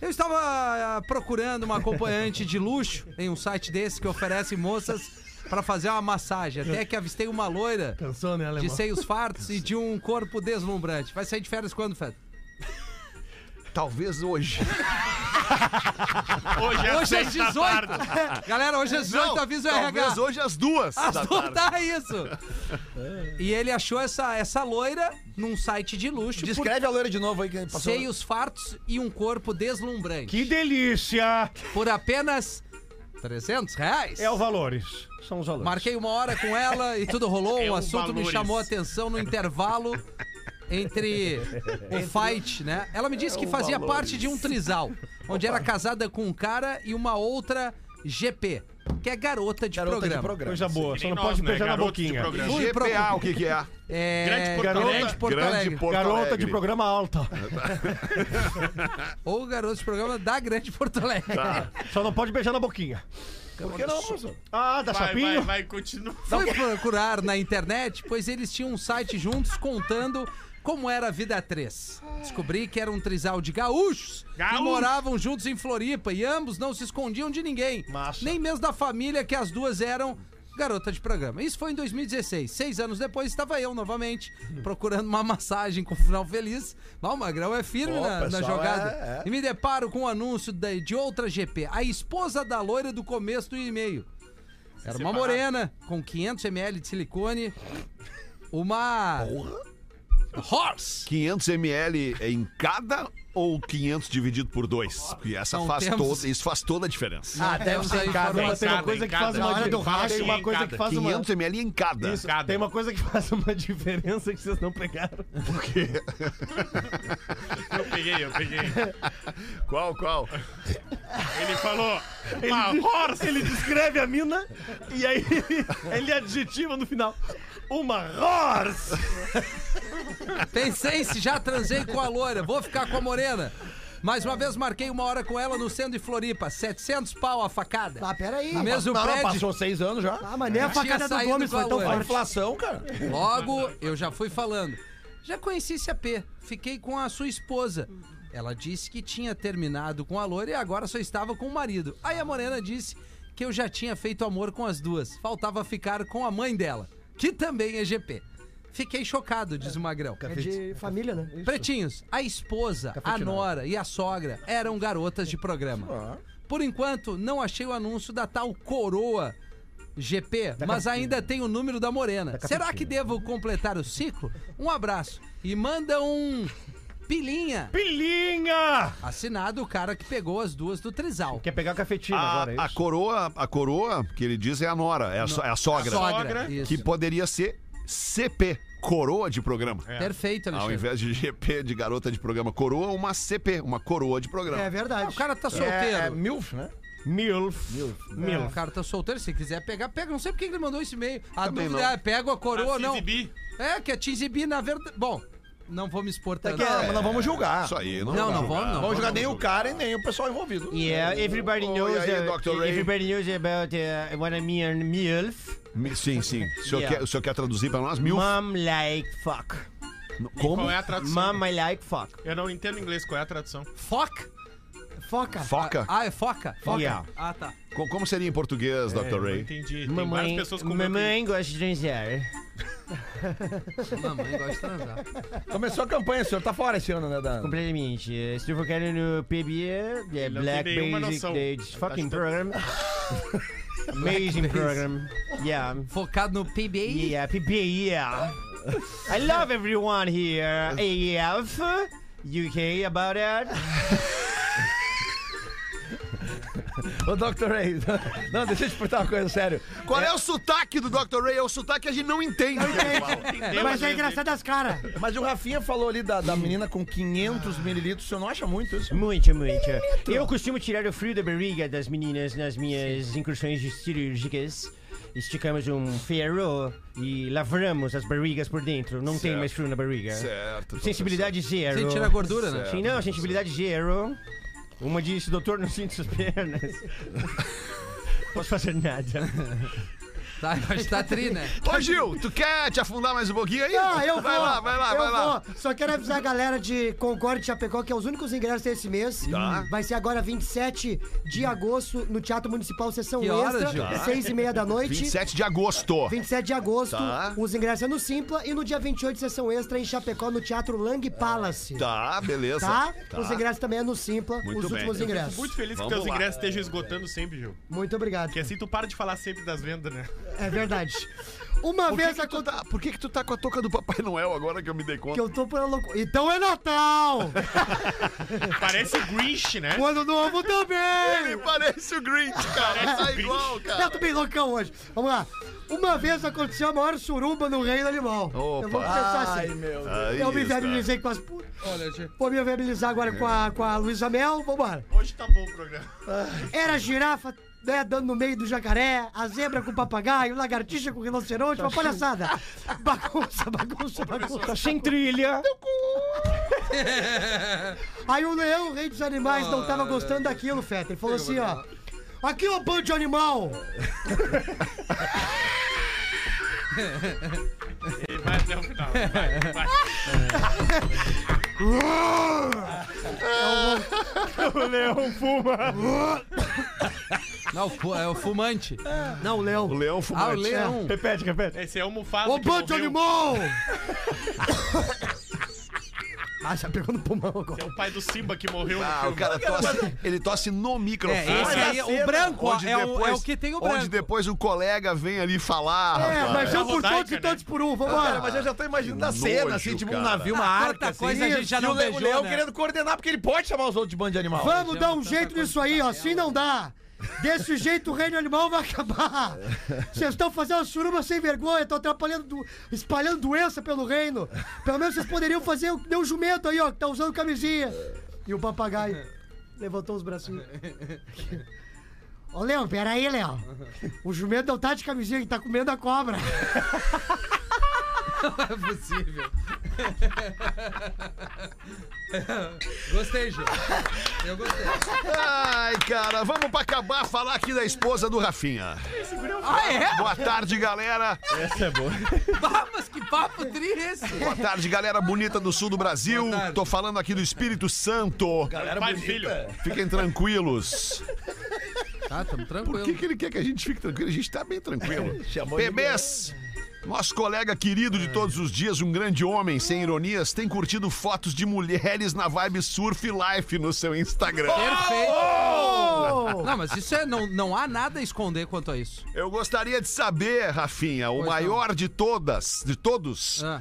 Speaker 4: Eu estava ah, procurando uma acompanhante de luxo em um site desse que oferece moças para fazer uma massagem. Até que avistei uma loira
Speaker 6: Cansou, né,
Speaker 4: de
Speaker 6: alemão?
Speaker 4: seios fartos e de um corpo deslumbrante. Vai sair de férias quando, Fed?
Speaker 3: Talvez hoje.
Speaker 5: Hoje é
Speaker 4: Hoje às
Speaker 5: seis da
Speaker 4: 18!
Speaker 5: tarde.
Speaker 4: Galera, hoje é às 18 avisa o RH.
Speaker 3: Talvez hoje às duas.
Speaker 4: As
Speaker 3: da
Speaker 4: duas
Speaker 3: tarde.
Speaker 4: tá isso. E ele achou essa, essa loira num site de luxo por
Speaker 8: Descreve a loira de novo aí que passou.
Speaker 4: seios fartos e um corpo deslumbrante.
Speaker 9: Que delícia!
Speaker 4: por apenas 300 reais.
Speaker 9: É o valores. São os valores.
Speaker 4: Marquei uma hora com ela e tudo rolou.
Speaker 5: É
Speaker 4: o
Speaker 5: o
Speaker 4: assunto me
Speaker 5: valores.
Speaker 4: chamou a atenção no intervalo entre o fight, né? Ela me disse que fazia parte de um trisal, onde era casada com um cara e uma outra GP, que é garota de
Speaker 8: Garota
Speaker 4: programa.
Speaker 8: de programa.
Speaker 9: Coisa boa,
Speaker 5: Que
Speaker 9: só
Speaker 5: nem
Speaker 9: não
Speaker 5: nós,
Speaker 9: pode
Speaker 5: né?
Speaker 9: beijar na
Speaker 5: Garoto de
Speaker 9: boquinha.
Speaker 5: programa.
Speaker 4: Fui pro-
Speaker 3: GPA, o que que é?
Speaker 4: É,
Speaker 5: Grande Porto
Speaker 4: garota de
Speaker 5: Alegre.
Speaker 4: Porto Alegre.
Speaker 3: Grande Porto
Speaker 9: Garota
Speaker 3: Alegre.
Speaker 9: de programa alta.
Speaker 4: Ou garota de programa da Grande Porto Alegre.
Speaker 9: Só não pode beijar na boquinha.
Speaker 8: Por que não, professor?
Speaker 9: Ah, dá
Speaker 5: Vai,
Speaker 9: chapinho?
Speaker 5: vai, vai, continua.
Speaker 4: Fui procurar na internet, pois eles tinham um site juntos contando como era a vida a três. Descobri que era um trisal de gaúchos que
Speaker 5: Gaúcho.
Speaker 4: moravam juntos em Floripa e ambos não se escondiam de ninguém.
Speaker 9: Massa.
Speaker 4: Nem mesmo da família que as duas eram garota de programa. Isso foi em 2016. Seis anos depois estava eu novamente procurando uma massagem com final feliz. Mas o Magrão é firme
Speaker 8: Pô,
Speaker 4: na, na
Speaker 8: pessoal,
Speaker 4: jogada.
Speaker 8: é, é.
Speaker 4: E me deparo com o anúncio da- de outra GP. A esposa da loira do começo do e-mail. Era uma
Speaker 5: separar.
Speaker 4: morena com 500 ml de silicone. Uma. Horse!
Speaker 3: 500 ml em cada ou 500 dividido por dois? Porque essa
Speaker 4: Não
Speaker 3: faz
Speaker 4: temos-
Speaker 3: toda, isso faz toda a diferença.
Speaker 4: Ah, deve ser
Speaker 9: Não, mas tem
Speaker 5: Em
Speaker 9: uma
Speaker 5: cada,
Speaker 9: coisa
Speaker 5: em
Speaker 9: que
Speaker 5: cada.
Speaker 9: faz
Speaker 5: Na
Speaker 9: uma
Speaker 5: hora do
Speaker 9: diferença.
Speaker 5: racha,
Speaker 9: Tem uma
Speaker 5: em
Speaker 9: coisa
Speaker 5: cada.
Speaker 9: que faz uma.
Speaker 3: 500 ml em cada.
Speaker 9: Isso,
Speaker 5: Cada.
Speaker 9: Tem uma coisa que faz uma diferença que vocês não pegaram.
Speaker 5: Eu peguei, eu peguei.
Speaker 3: Qual, qual?
Speaker 5: Ele falou, uma horse.
Speaker 9: Ele descreve a mina e aí ele adjetiva no final. Uma horse!
Speaker 4: Pensei se já transei com a loira, vou ficar com a morena. Mais uma vez marquei uma hora com ela no centro de Floripa. 700 pau a facada.
Speaker 7: Ah, peraí.
Speaker 4: No mesmo
Speaker 8: Não,
Speaker 4: prédio.
Speaker 8: passou seis anos já.
Speaker 7: Ah, mas nem a
Speaker 4: Tinha
Speaker 7: facada do
Speaker 4: saído
Speaker 7: Gomes
Speaker 4: com a
Speaker 7: foi tão
Speaker 4: loira.
Speaker 8: A
Speaker 7: forte.
Speaker 8: inflação, cara.
Speaker 4: Logo, eu já fui falando. Já conheci esse AP, fiquei com a sua esposa. Ela disse que tinha terminado com a loira e agora só estava com o marido. Aí a Morena disse que eu já tinha feito amor com as duas. Faltava ficar com a mãe dela, que também é GP. Fiquei chocado, diz o Magrão.
Speaker 7: É de família, né?
Speaker 4: Pretinhos, a esposa, a nora e a sogra eram garotas de programa. Por enquanto, não achei o anúncio da tal coroa GP, mas ainda tem o número da Morena. Será que devo completar o ciclo? Um abraço. E manda um. Pilinha!
Speaker 9: Pilinha!
Speaker 4: Assinado o cara que pegou as duas do Trisal.
Speaker 9: Quer pegar a cafetina
Speaker 5: Ah,
Speaker 3: A,
Speaker 9: agora, é isso?
Speaker 3: a coroa, a coroa que ele diz é a nora, é a, so- é a sogra.
Speaker 4: Sogra. Isso.
Speaker 3: Que poderia ser CP, coroa de programa.
Speaker 4: É. Perfeito,
Speaker 3: Ao
Speaker 4: Alexandre.
Speaker 3: invés de GP de garota de programa coroa, uma CP, uma coroa de programa.
Speaker 7: É
Speaker 4: Ah,
Speaker 7: verdade.
Speaker 4: o cara tá solteiro.
Speaker 8: É, é MILF, né?
Speaker 9: Milf.
Speaker 4: É, o cara tá solteiro, se quiser pegar, pega. Não sei por que ele mandou esse e-mail. A
Speaker 3: Também
Speaker 4: dúvida
Speaker 3: não.
Speaker 4: é, pego a coroa ou
Speaker 5: Narciso
Speaker 4: não?
Speaker 5: e Bi.
Speaker 4: É, que é te exibir, na verdade... Bom, não vou me expor
Speaker 3: Tá
Speaker 4: tanto.
Speaker 8: Não, mas não vamos julgar.
Speaker 3: Isso aí, não
Speaker 4: Não,
Speaker 3: vamos
Speaker 4: não
Speaker 3: julgar.
Speaker 4: vamos, não.
Speaker 8: é- Vamos jogar nem o cara e nem o pessoal envolvido.
Speaker 5: é
Speaker 12: Yeah, uh, everybody knows.
Speaker 3: Oh, yeah, yeah,
Speaker 12: uh,
Speaker 3: Dr. Ray.
Speaker 12: everybody knows about uh, what I mean, MILF.
Speaker 3: Mi- Sim, sim. O senhor,
Speaker 12: Yeah.
Speaker 3: quer, o senhor quer traduzir pra nós? Mil?
Speaker 12: Mom like fuck.
Speaker 3: Como?
Speaker 5: Qual é a tradução?
Speaker 12: Mom I like fuck.
Speaker 5: Eu não entendo inglês, qual é a tradução?
Speaker 4: Foca?
Speaker 7: Foca.
Speaker 3: Foca?
Speaker 4: Ah, é foca? Foca.
Speaker 12: Yeah.
Speaker 4: Ah, tá.
Speaker 3: Co- Como seria em português, Dr.
Speaker 5: Não
Speaker 3: Ray?
Speaker 5: entendi. Tem várias
Speaker 12: Mamãe,
Speaker 5: pessoas com
Speaker 12: mamãe gosta de transar.
Speaker 4: Mamãe gosta de transar.
Speaker 8: Começou a campanha, o senhor tá fora esse ano, né, Dan?
Speaker 12: Completamente. eh, Se tu for querendo no PB, the
Speaker 5: não
Speaker 12: Black
Speaker 5: tem nenhuma
Speaker 12: Basic
Speaker 5: noção. tá
Speaker 12: eh, this fucking
Speaker 5: Acho que-
Speaker 12: program. Amazing program. Yeah.
Speaker 4: Focado no PBA.
Speaker 12: Yeah, PB, yeah. I love everyone here. AF, UK about it.
Speaker 8: Ô, Dr. Ray, não, deixa eu te perguntar uma coisa, sério.
Speaker 3: Qual é o sotaque do Dr. Ray? É o sotaque que a gente não entende.
Speaker 7: Mas é engraçado as caras.
Speaker 8: Mas o Rafinha falou ali da, da menina com 500 mililitros, o senhor não acha muito isso?
Speaker 12: Muito, muito. Eu costumo tirar o frio da barriga das meninas nas minhas incursões cirúrgicas. Esticamos um ferro e lavramos as barrigas por dentro. Não tem mais frio na barriga.
Speaker 3: Certo.
Speaker 12: Sensibilidade zero.
Speaker 4: Sem tirar gordura, né?
Speaker 12: Sim, não, sensibilidade zero. Uma disse, doutor, não sinto suas pernas. Posso fazer nada.
Speaker 4: Tá, vai estar tri, né?
Speaker 3: Ô, Gil, tu quer te afundar mais um pouquinho aí?
Speaker 7: Não, Ah, eu vou.
Speaker 3: Vai lá, vai lá,
Speaker 7: eu
Speaker 3: vai lá.
Speaker 7: vou. Só quero avisar a galera de Concorde e Chapecó que é os únicos ingressos desse mês.
Speaker 3: Tá.
Speaker 7: Vai ser agora 27 de agosto no Teatro Municipal, sessão
Speaker 4: Que horas,
Speaker 7: extra,
Speaker 4: Gil? Tá.
Speaker 7: 6 e meia da noite.
Speaker 3: 27 de agosto.
Speaker 7: 27 de agosto,
Speaker 3: Tá.
Speaker 7: os ingressos é no Simpla e no dia 28, sessão extra em Chapecó, no Teatro Lang Palace.
Speaker 3: Tá, beleza.
Speaker 7: Tá? Os ingressos também é no Simpla,
Speaker 3: Muito
Speaker 7: os
Speaker 3: bem.
Speaker 7: últimos
Speaker 5: Tô
Speaker 7: ingressos.
Speaker 5: muito feliz
Speaker 3: Vamos
Speaker 5: que teus
Speaker 3: lá.
Speaker 5: ingressos estejam esgotando sempre, Gil.
Speaker 7: Muito obrigado.
Speaker 5: Porque assim tu para de falar sempre das vendas, né?
Speaker 7: É verdade. Uma
Speaker 3: Por que,
Speaker 7: vez
Speaker 3: que tu
Speaker 7: aconteceu.
Speaker 3: tá, por que que tu tá com a touca do Papai Noel agora que eu me dei
Speaker 7: Que
Speaker 3: conta?
Speaker 7: eu tô por louco. Então é Natal!
Speaker 5: Parece Grinch, né?
Speaker 7: O ano novo também!
Speaker 3: Ele parece o Grinch, cara. Tá igual,
Speaker 7: Eu
Speaker 3: cara.
Speaker 7: tô bem loucão hoje. Vamos lá. Uma vez aconteceu a maior suruba no reino animal. Eu vou pensar assim.
Speaker 3: Aí
Speaker 7: eu me
Speaker 3: está.
Speaker 7: viabilizei com as putas. Vou me viabilizar agora com a, com a Luísa Mel. Vambora.
Speaker 5: Hoje tá bom o programa.
Speaker 7: Era a girafa, né, dando no meio do jacaré, a zebra com o papagaio, lagartixa com o rinoceronte, uma palhaçada. Bagunça, bagunça, bagunça.
Speaker 9: Tá sem trilha.
Speaker 7: Aí o leão, o rei dos animais, não tava gostando daquilo, Feta. Ele falou assim, ó. Aqui, ó, bando de animal!
Speaker 5: Ele vai até o final. Vai, vai.
Speaker 9: O leão fuma.
Speaker 4: Não, fu- é o fumante.
Speaker 7: Não, o
Speaker 3: O
Speaker 7: leão.
Speaker 3: leão
Speaker 4: Ah, o
Speaker 3: fumante.
Speaker 4: leão.
Speaker 9: Repete, repete.
Speaker 5: Esse é o Mufasa
Speaker 7: Ô,
Speaker 5: que
Speaker 7: bando de
Speaker 5: morreu.
Speaker 7: animal! ah, já pegou no pulmão agora.
Speaker 5: É o pai do Simba que morreu no
Speaker 3: Ah, o
Speaker 5: filme.
Speaker 3: cara tosse. Ele tosse no microfone.
Speaker 4: É, esse aí, o branco, ó,
Speaker 3: Onde
Speaker 4: é, o, é
Speaker 3: depois-
Speaker 4: o que tem o
Speaker 3: Onde
Speaker 4: branco.
Speaker 3: depois o colega vem ali falar,
Speaker 7: É,
Speaker 3: rapaz.
Speaker 7: mas
Speaker 5: É
Speaker 7: um
Speaker 5: a
Speaker 7: por
Speaker 5: rodaica,
Speaker 7: todos e
Speaker 5: né?
Speaker 7: todos por um,
Speaker 8: Cara,
Speaker 7: vamos
Speaker 8: mas
Speaker 7: lá.
Speaker 8: eu já tô imaginando é a
Speaker 3: Que
Speaker 8: cena,
Speaker 3: nojo,
Speaker 8: assim, tipo um
Speaker 3: cara.
Speaker 8: navio, uma
Speaker 4: Ah,
Speaker 8: arca,
Speaker 4: tanta
Speaker 8: assim.
Speaker 4: coisa a gente já
Speaker 8: e
Speaker 4: não
Speaker 8: o le-
Speaker 4: beijou,
Speaker 8: o leão
Speaker 4: né?
Speaker 8: querendo coordenar, porque ele pode chamar os outros de bando de animal.
Speaker 7: Vamos dar um
Speaker 4: tanta
Speaker 7: jeito
Speaker 4: coisa
Speaker 7: nisso aí, ó. Assim não dá. Desse jeito o reino animal vai acabar. Vocês estão fazendo uma suruba sem vergonha, estão atrapalhando, do- espalhando doença pelo reino. Pelo menos vocês poderiam fazer o meu jumento aí, ó, que tá usando camisinha. E o papagaio levantou os bracinhos. Ô, Leão, peraí, Leão. O jumento não tá de camisinha, ele tá comendo a cobra.
Speaker 4: Não é possível. gostei, Gil. Eu gostei.
Speaker 3: Ai, cara, vamos pra acabar falar aqui da esposa do Rafinha.
Speaker 4: Ah, é?
Speaker 3: Boa tarde, galera.
Speaker 4: Bah, mas que papo tri é esse.
Speaker 3: Boa tarde, galera bonita do sul do Brasil.
Speaker 4: tarde.
Speaker 3: Tô falando aqui do Espírito Santo.
Speaker 5: Pai e filho.
Speaker 8: é.
Speaker 3: Fiquem tranquilos.
Speaker 4: Tá,
Speaker 3: Por que,
Speaker 4: tamo tranquilo.
Speaker 3: que ele quer que a gente fique tranquilo? A gente tá bem tranquilo.
Speaker 8: Chamou ele.
Speaker 3: PBs, nosso colega querido de todos os dias, um grande homem, sem ironias, tem curtido fotos de mulheres na vibe surf life no seu Instagram.
Speaker 4: Perfeito. Não, mas isso é. Não, não há nada a esconder quanto a isso.
Speaker 3: Eu gostaria de saber, Rafinha, o
Speaker 4: Pois não.
Speaker 3: maior de todas, de todos.
Speaker 4: Ah,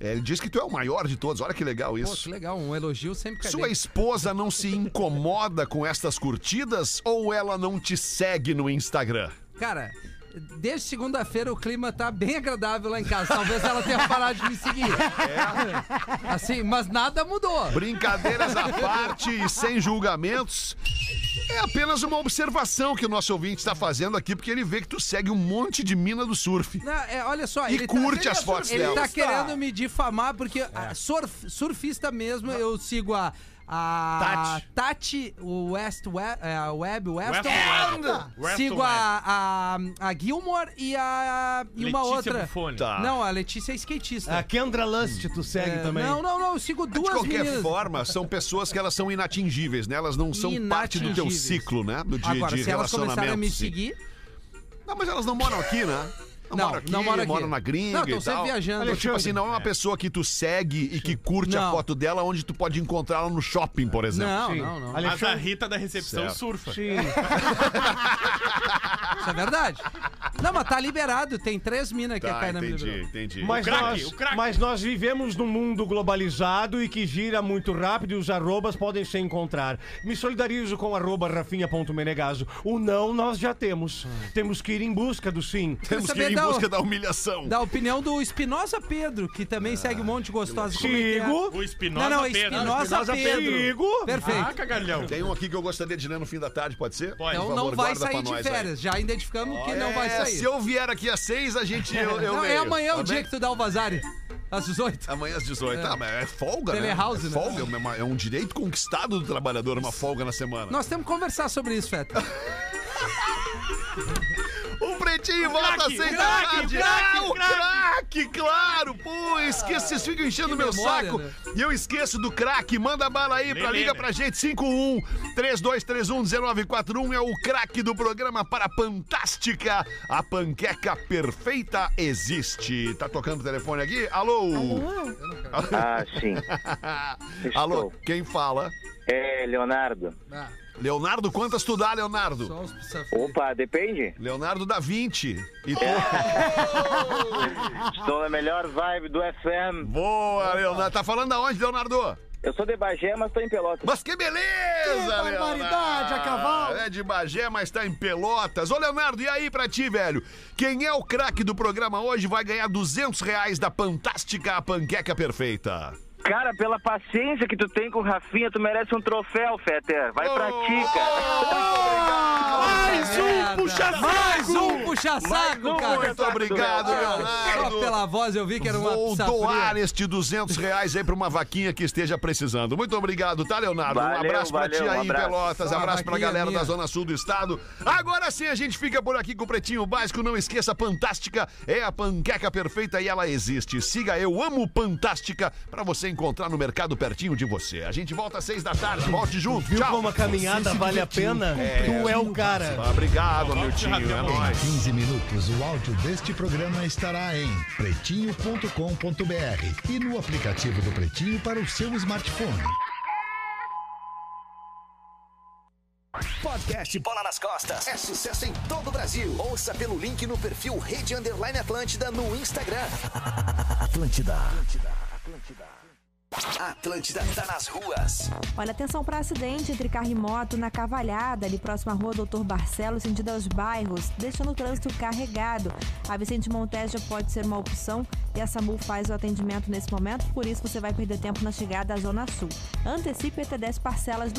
Speaker 3: É, Ele diz que tu é o maior de todos. Olha que legal
Speaker 4: pô,
Speaker 3: isso.
Speaker 4: que legal. Um elogio sempre cai
Speaker 3: Sua
Speaker 4: bem.
Speaker 3: esposa não se incomoda com estas curtidas ou ela não te segue no Instagram?
Speaker 4: Cara, desde segunda-feira o clima tá bem agradável lá em casa. Talvez ela tenha parado de me seguir.
Speaker 3: É.
Speaker 4: Assim, mas nada mudou.
Speaker 3: Brincadeiras à parte e sem julgamentos. É apenas uma observação que o nosso ouvinte está fazendo aqui, porque ele vê que tu segue um monte de mina do surf.
Speaker 4: Não, é, olha só,
Speaker 3: E
Speaker 4: ele
Speaker 3: curte
Speaker 4: tá,
Speaker 3: as fotos
Speaker 4: ele
Speaker 3: dela. É.
Speaker 4: tá querendo me difamar, porque a surf- surfista mesmo, eu sigo a. A Tati, o West, We, é, a Web, Weston.
Speaker 5: Weston
Speaker 4: Sigo a, a, a Gilmore e a. E uma
Speaker 5: Letícia
Speaker 4: outra.
Speaker 5: Buffoni.
Speaker 3: Tá.
Speaker 4: Não, a Letícia é skatista.
Speaker 6: A Kendra Lust tu Ah, segue
Speaker 4: É,
Speaker 6: também.
Speaker 4: Não, não, não, eu sigo
Speaker 3: De
Speaker 4: duas
Speaker 3: qualquer
Speaker 4: meninas.
Speaker 3: forma, são pessoas que elas são inatingíveis, né? Elas não são parte do teu
Speaker 4: Inatingíveis.
Speaker 3: ciclo, né? Do dia
Speaker 4: Agora,
Speaker 3: de
Speaker 4: se elas começarem a me
Speaker 3: relacionamento. sim.
Speaker 4: seguir.
Speaker 3: Não, mas elas não moram aqui, né?
Speaker 4: Não,
Speaker 3: moram aqui,
Speaker 4: não moram aqui.
Speaker 3: moram na gringa
Speaker 4: Não, tão
Speaker 3: e
Speaker 4: sempre
Speaker 3: tal.
Speaker 4: viajando.
Speaker 3: Então, tipo assim, não é uma pessoa que tu segue e que curte a
Speaker 4: Não.
Speaker 3: foto dela onde tu pode encontrá-la no shopping, por exemplo.
Speaker 4: Não, não, não.
Speaker 5: Mas a Rita da recepção
Speaker 3: Certo.
Speaker 5: surfa.
Speaker 4: Isso é verdade. Não, mas tá liberado. Tem três minas que a
Speaker 3: Tá,
Speaker 4: Kaina me
Speaker 3: entendi,
Speaker 4: liberou.
Speaker 3: entendi.
Speaker 6: Mas,
Speaker 5: craque,
Speaker 6: nós,
Speaker 5: o craque.
Speaker 6: mas nós vivemos num mundo globalizado e que gira muito rápido e os arrobas podem se encontrar. Me solidarizo com arroba rafinha.menegaso. O não nós já temos. Temos que ir em busca do sim.
Speaker 3: Temos que
Speaker 4: saber
Speaker 3: ir em
Speaker 4: da-
Speaker 3: busca da humilhação.
Speaker 4: Da opinião do Espinosa Pedro, que
Speaker 3: Ah,
Speaker 4: também segue um monte de gostosa. Como é que é?
Speaker 6: Sigo,
Speaker 5: O
Speaker 4: Não,
Speaker 5: Espinosa
Speaker 4: não, é
Speaker 5: Pedro.
Speaker 4: Espinosa
Speaker 6: Espinosa
Speaker 4: Pedro.
Speaker 6: Pedro.
Speaker 4: Perfeito.
Speaker 5: Ah, cagalhão.
Speaker 3: Tem um aqui que eu gostaria de ler no fim da tarde, pode ser?
Speaker 5: Pode.
Speaker 4: então
Speaker 3: Por favor,
Speaker 4: não vai
Speaker 3: guarda
Speaker 4: sair
Speaker 3: pra
Speaker 4: de
Speaker 3: nós aí.
Speaker 4: férias. Já identificamos que não vai
Speaker 3: É,
Speaker 4: sair.
Speaker 3: Se eu vier aqui às seis, a gente. Eu, eu
Speaker 4: não, é
Speaker 3: leio,
Speaker 4: amanhã
Speaker 3: tá
Speaker 4: o dia
Speaker 3: bem?
Speaker 4: que tu dá o vazare. Às 18.
Speaker 3: Amanhã às 18. Ah, mas é folga, né?
Speaker 4: Telehouse,
Speaker 3: é
Speaker 4: né?
Speaker 3: folga, é uma- é um direito conquistado do trabalhador, uma folga na semana.
Speaker 4: Nós temos que conversar sobre isso, Feta.
Speaker 3: O Um pretinho volta às
Speaker 5: Um craque,
Speaker 3: seis da
Speaker 5: craque, um
Speaker 3: tarde.
Speaker 5: craque,
Speaker 3: ah, o craque, claro. Pô, esqueço, vocês ficam enchendo
Speaker 4: Que
Speaker 3: meu
Speaker 4: memória,
Speaker 3: saco.
Speaker 4: né?
Speaker 3: E eu esqueço do craque. Manda bala aí pra
Speaker 5: Lelê,
Speaker 3: liga
Speaker 5: né?
Speaker 3: pra gente. 51 3231 1941 é o craque do programa para a Fantástica. A panqueca perfeita existe. Tá tocando o telefone aqui? Alô?
Speaker 11: Ah, sim.
Speaker 3: Alô, quem fala?
Speaker 11: É, Leonardo.
Speaker 4: Ah,
Speaker 3: Leonardo, quantas tu dá, Leonardo?
Speaker 4: só os precisa-
Speaker 11: Opa, depende.
Speaker 3: Leonardo dá 20. E tu?
Speaker 11: Estou na melhor vibe do FM.
Speaker 3: Boa, Leonardo. Tá falando aonde, Leonardo?
Speaker 11: Eu sou de Bagé, mas estou em Pelotas.
Speaker 3: Mas que beleza,
Speaker 7: Que barbaridade,
Speaker 3: Leonardo!
Speaker 7: a cavalo.
Speaker 3: É de Bagé, mas tá em Pelotas. Ô, Leonardo, e aí pra ti, velho? Quem é o craque do programa hoje vai ganhar 200 reais da Fantástica Panqueca Perfeita.
Speaker 11: Cara, pela paciência que tu tem com o Rafinha, tu merece um troféu, Feter. Vai pra ti, cara.
Speaker 3: Ah, Mais
Speaker 4: Merda.
Speaker 3: um puxa-saco!
Speaker 4: Mais um puxa-saco, cara.
Speaker 3: Muito obrigado,
Speaker 4: Só
Speaker 3: Leonardo.
Speaker 4: pela voz eu vi que era uma
Speaker 3: Vou
Speaker 4: pizza
Speaker 3: doar
Speaker 4: fria.
Speaker 3: este 200 reais aí pra uma vaquinha que esteja precisando. Muito obrigado, tá, Leonardo? um
Speaker 11: Valeu,
Speaker 3: abraço pra ti
Speaker 11: valeu,
Speaker 3: aí,
Speaker 11: um
Speaker 3: em
Speaker 11: abraço.
Speaker 3: Pelotas.
Speaker 4: Só uma
Speaker 3: abraço pra
Speaker 4: vaquinha
Speaker 3: galera da
Speaker 4: minha.
Speaker 3: Zona Sul do Estado. Agora sim a gente fica por aqui com o Pretinho Básico. Não esqueça, Fantástica é a panqueca perfeita e ela existe. Siga Eu Amo Fantástica pra você encontrar no mercado pertinho de você. A gente volta às seis da tarde. Volte junto.
Speaker 6: Viu
Speaker 3: Tchau.
Speaker 6: como a caminhada vale a pena? Tu é o cara.
Speaker 3: Obrigado, Amiltinho. É nóis.
Speaker 13: 15 minutos, o áudio deste programa estará em pretinho.com.br e no aplicativo do Pretinho para o seu smartphone.
Speaker 10: Podcast Bola nas Costas. É sucesso em todo o Brasil. Ouça pelo link no perfil Rede Underline Atlântida no Instagram. Atlântida. Atlântida. Atlântida tá nas ruas.
Speaker 14: Olha, atenção para acidente entre carro e moto na Cavalhada, ali próxima à rua Doutor Barcelos, sentido aos bairros, deixando o trânsito carregado. A Vicente Monteja pode ser uma opção e a SAMU faz o atendimento nesse momento, por isso você vai perder tempo na chegada à Zona Sul. Antecipe até 10 parcelas do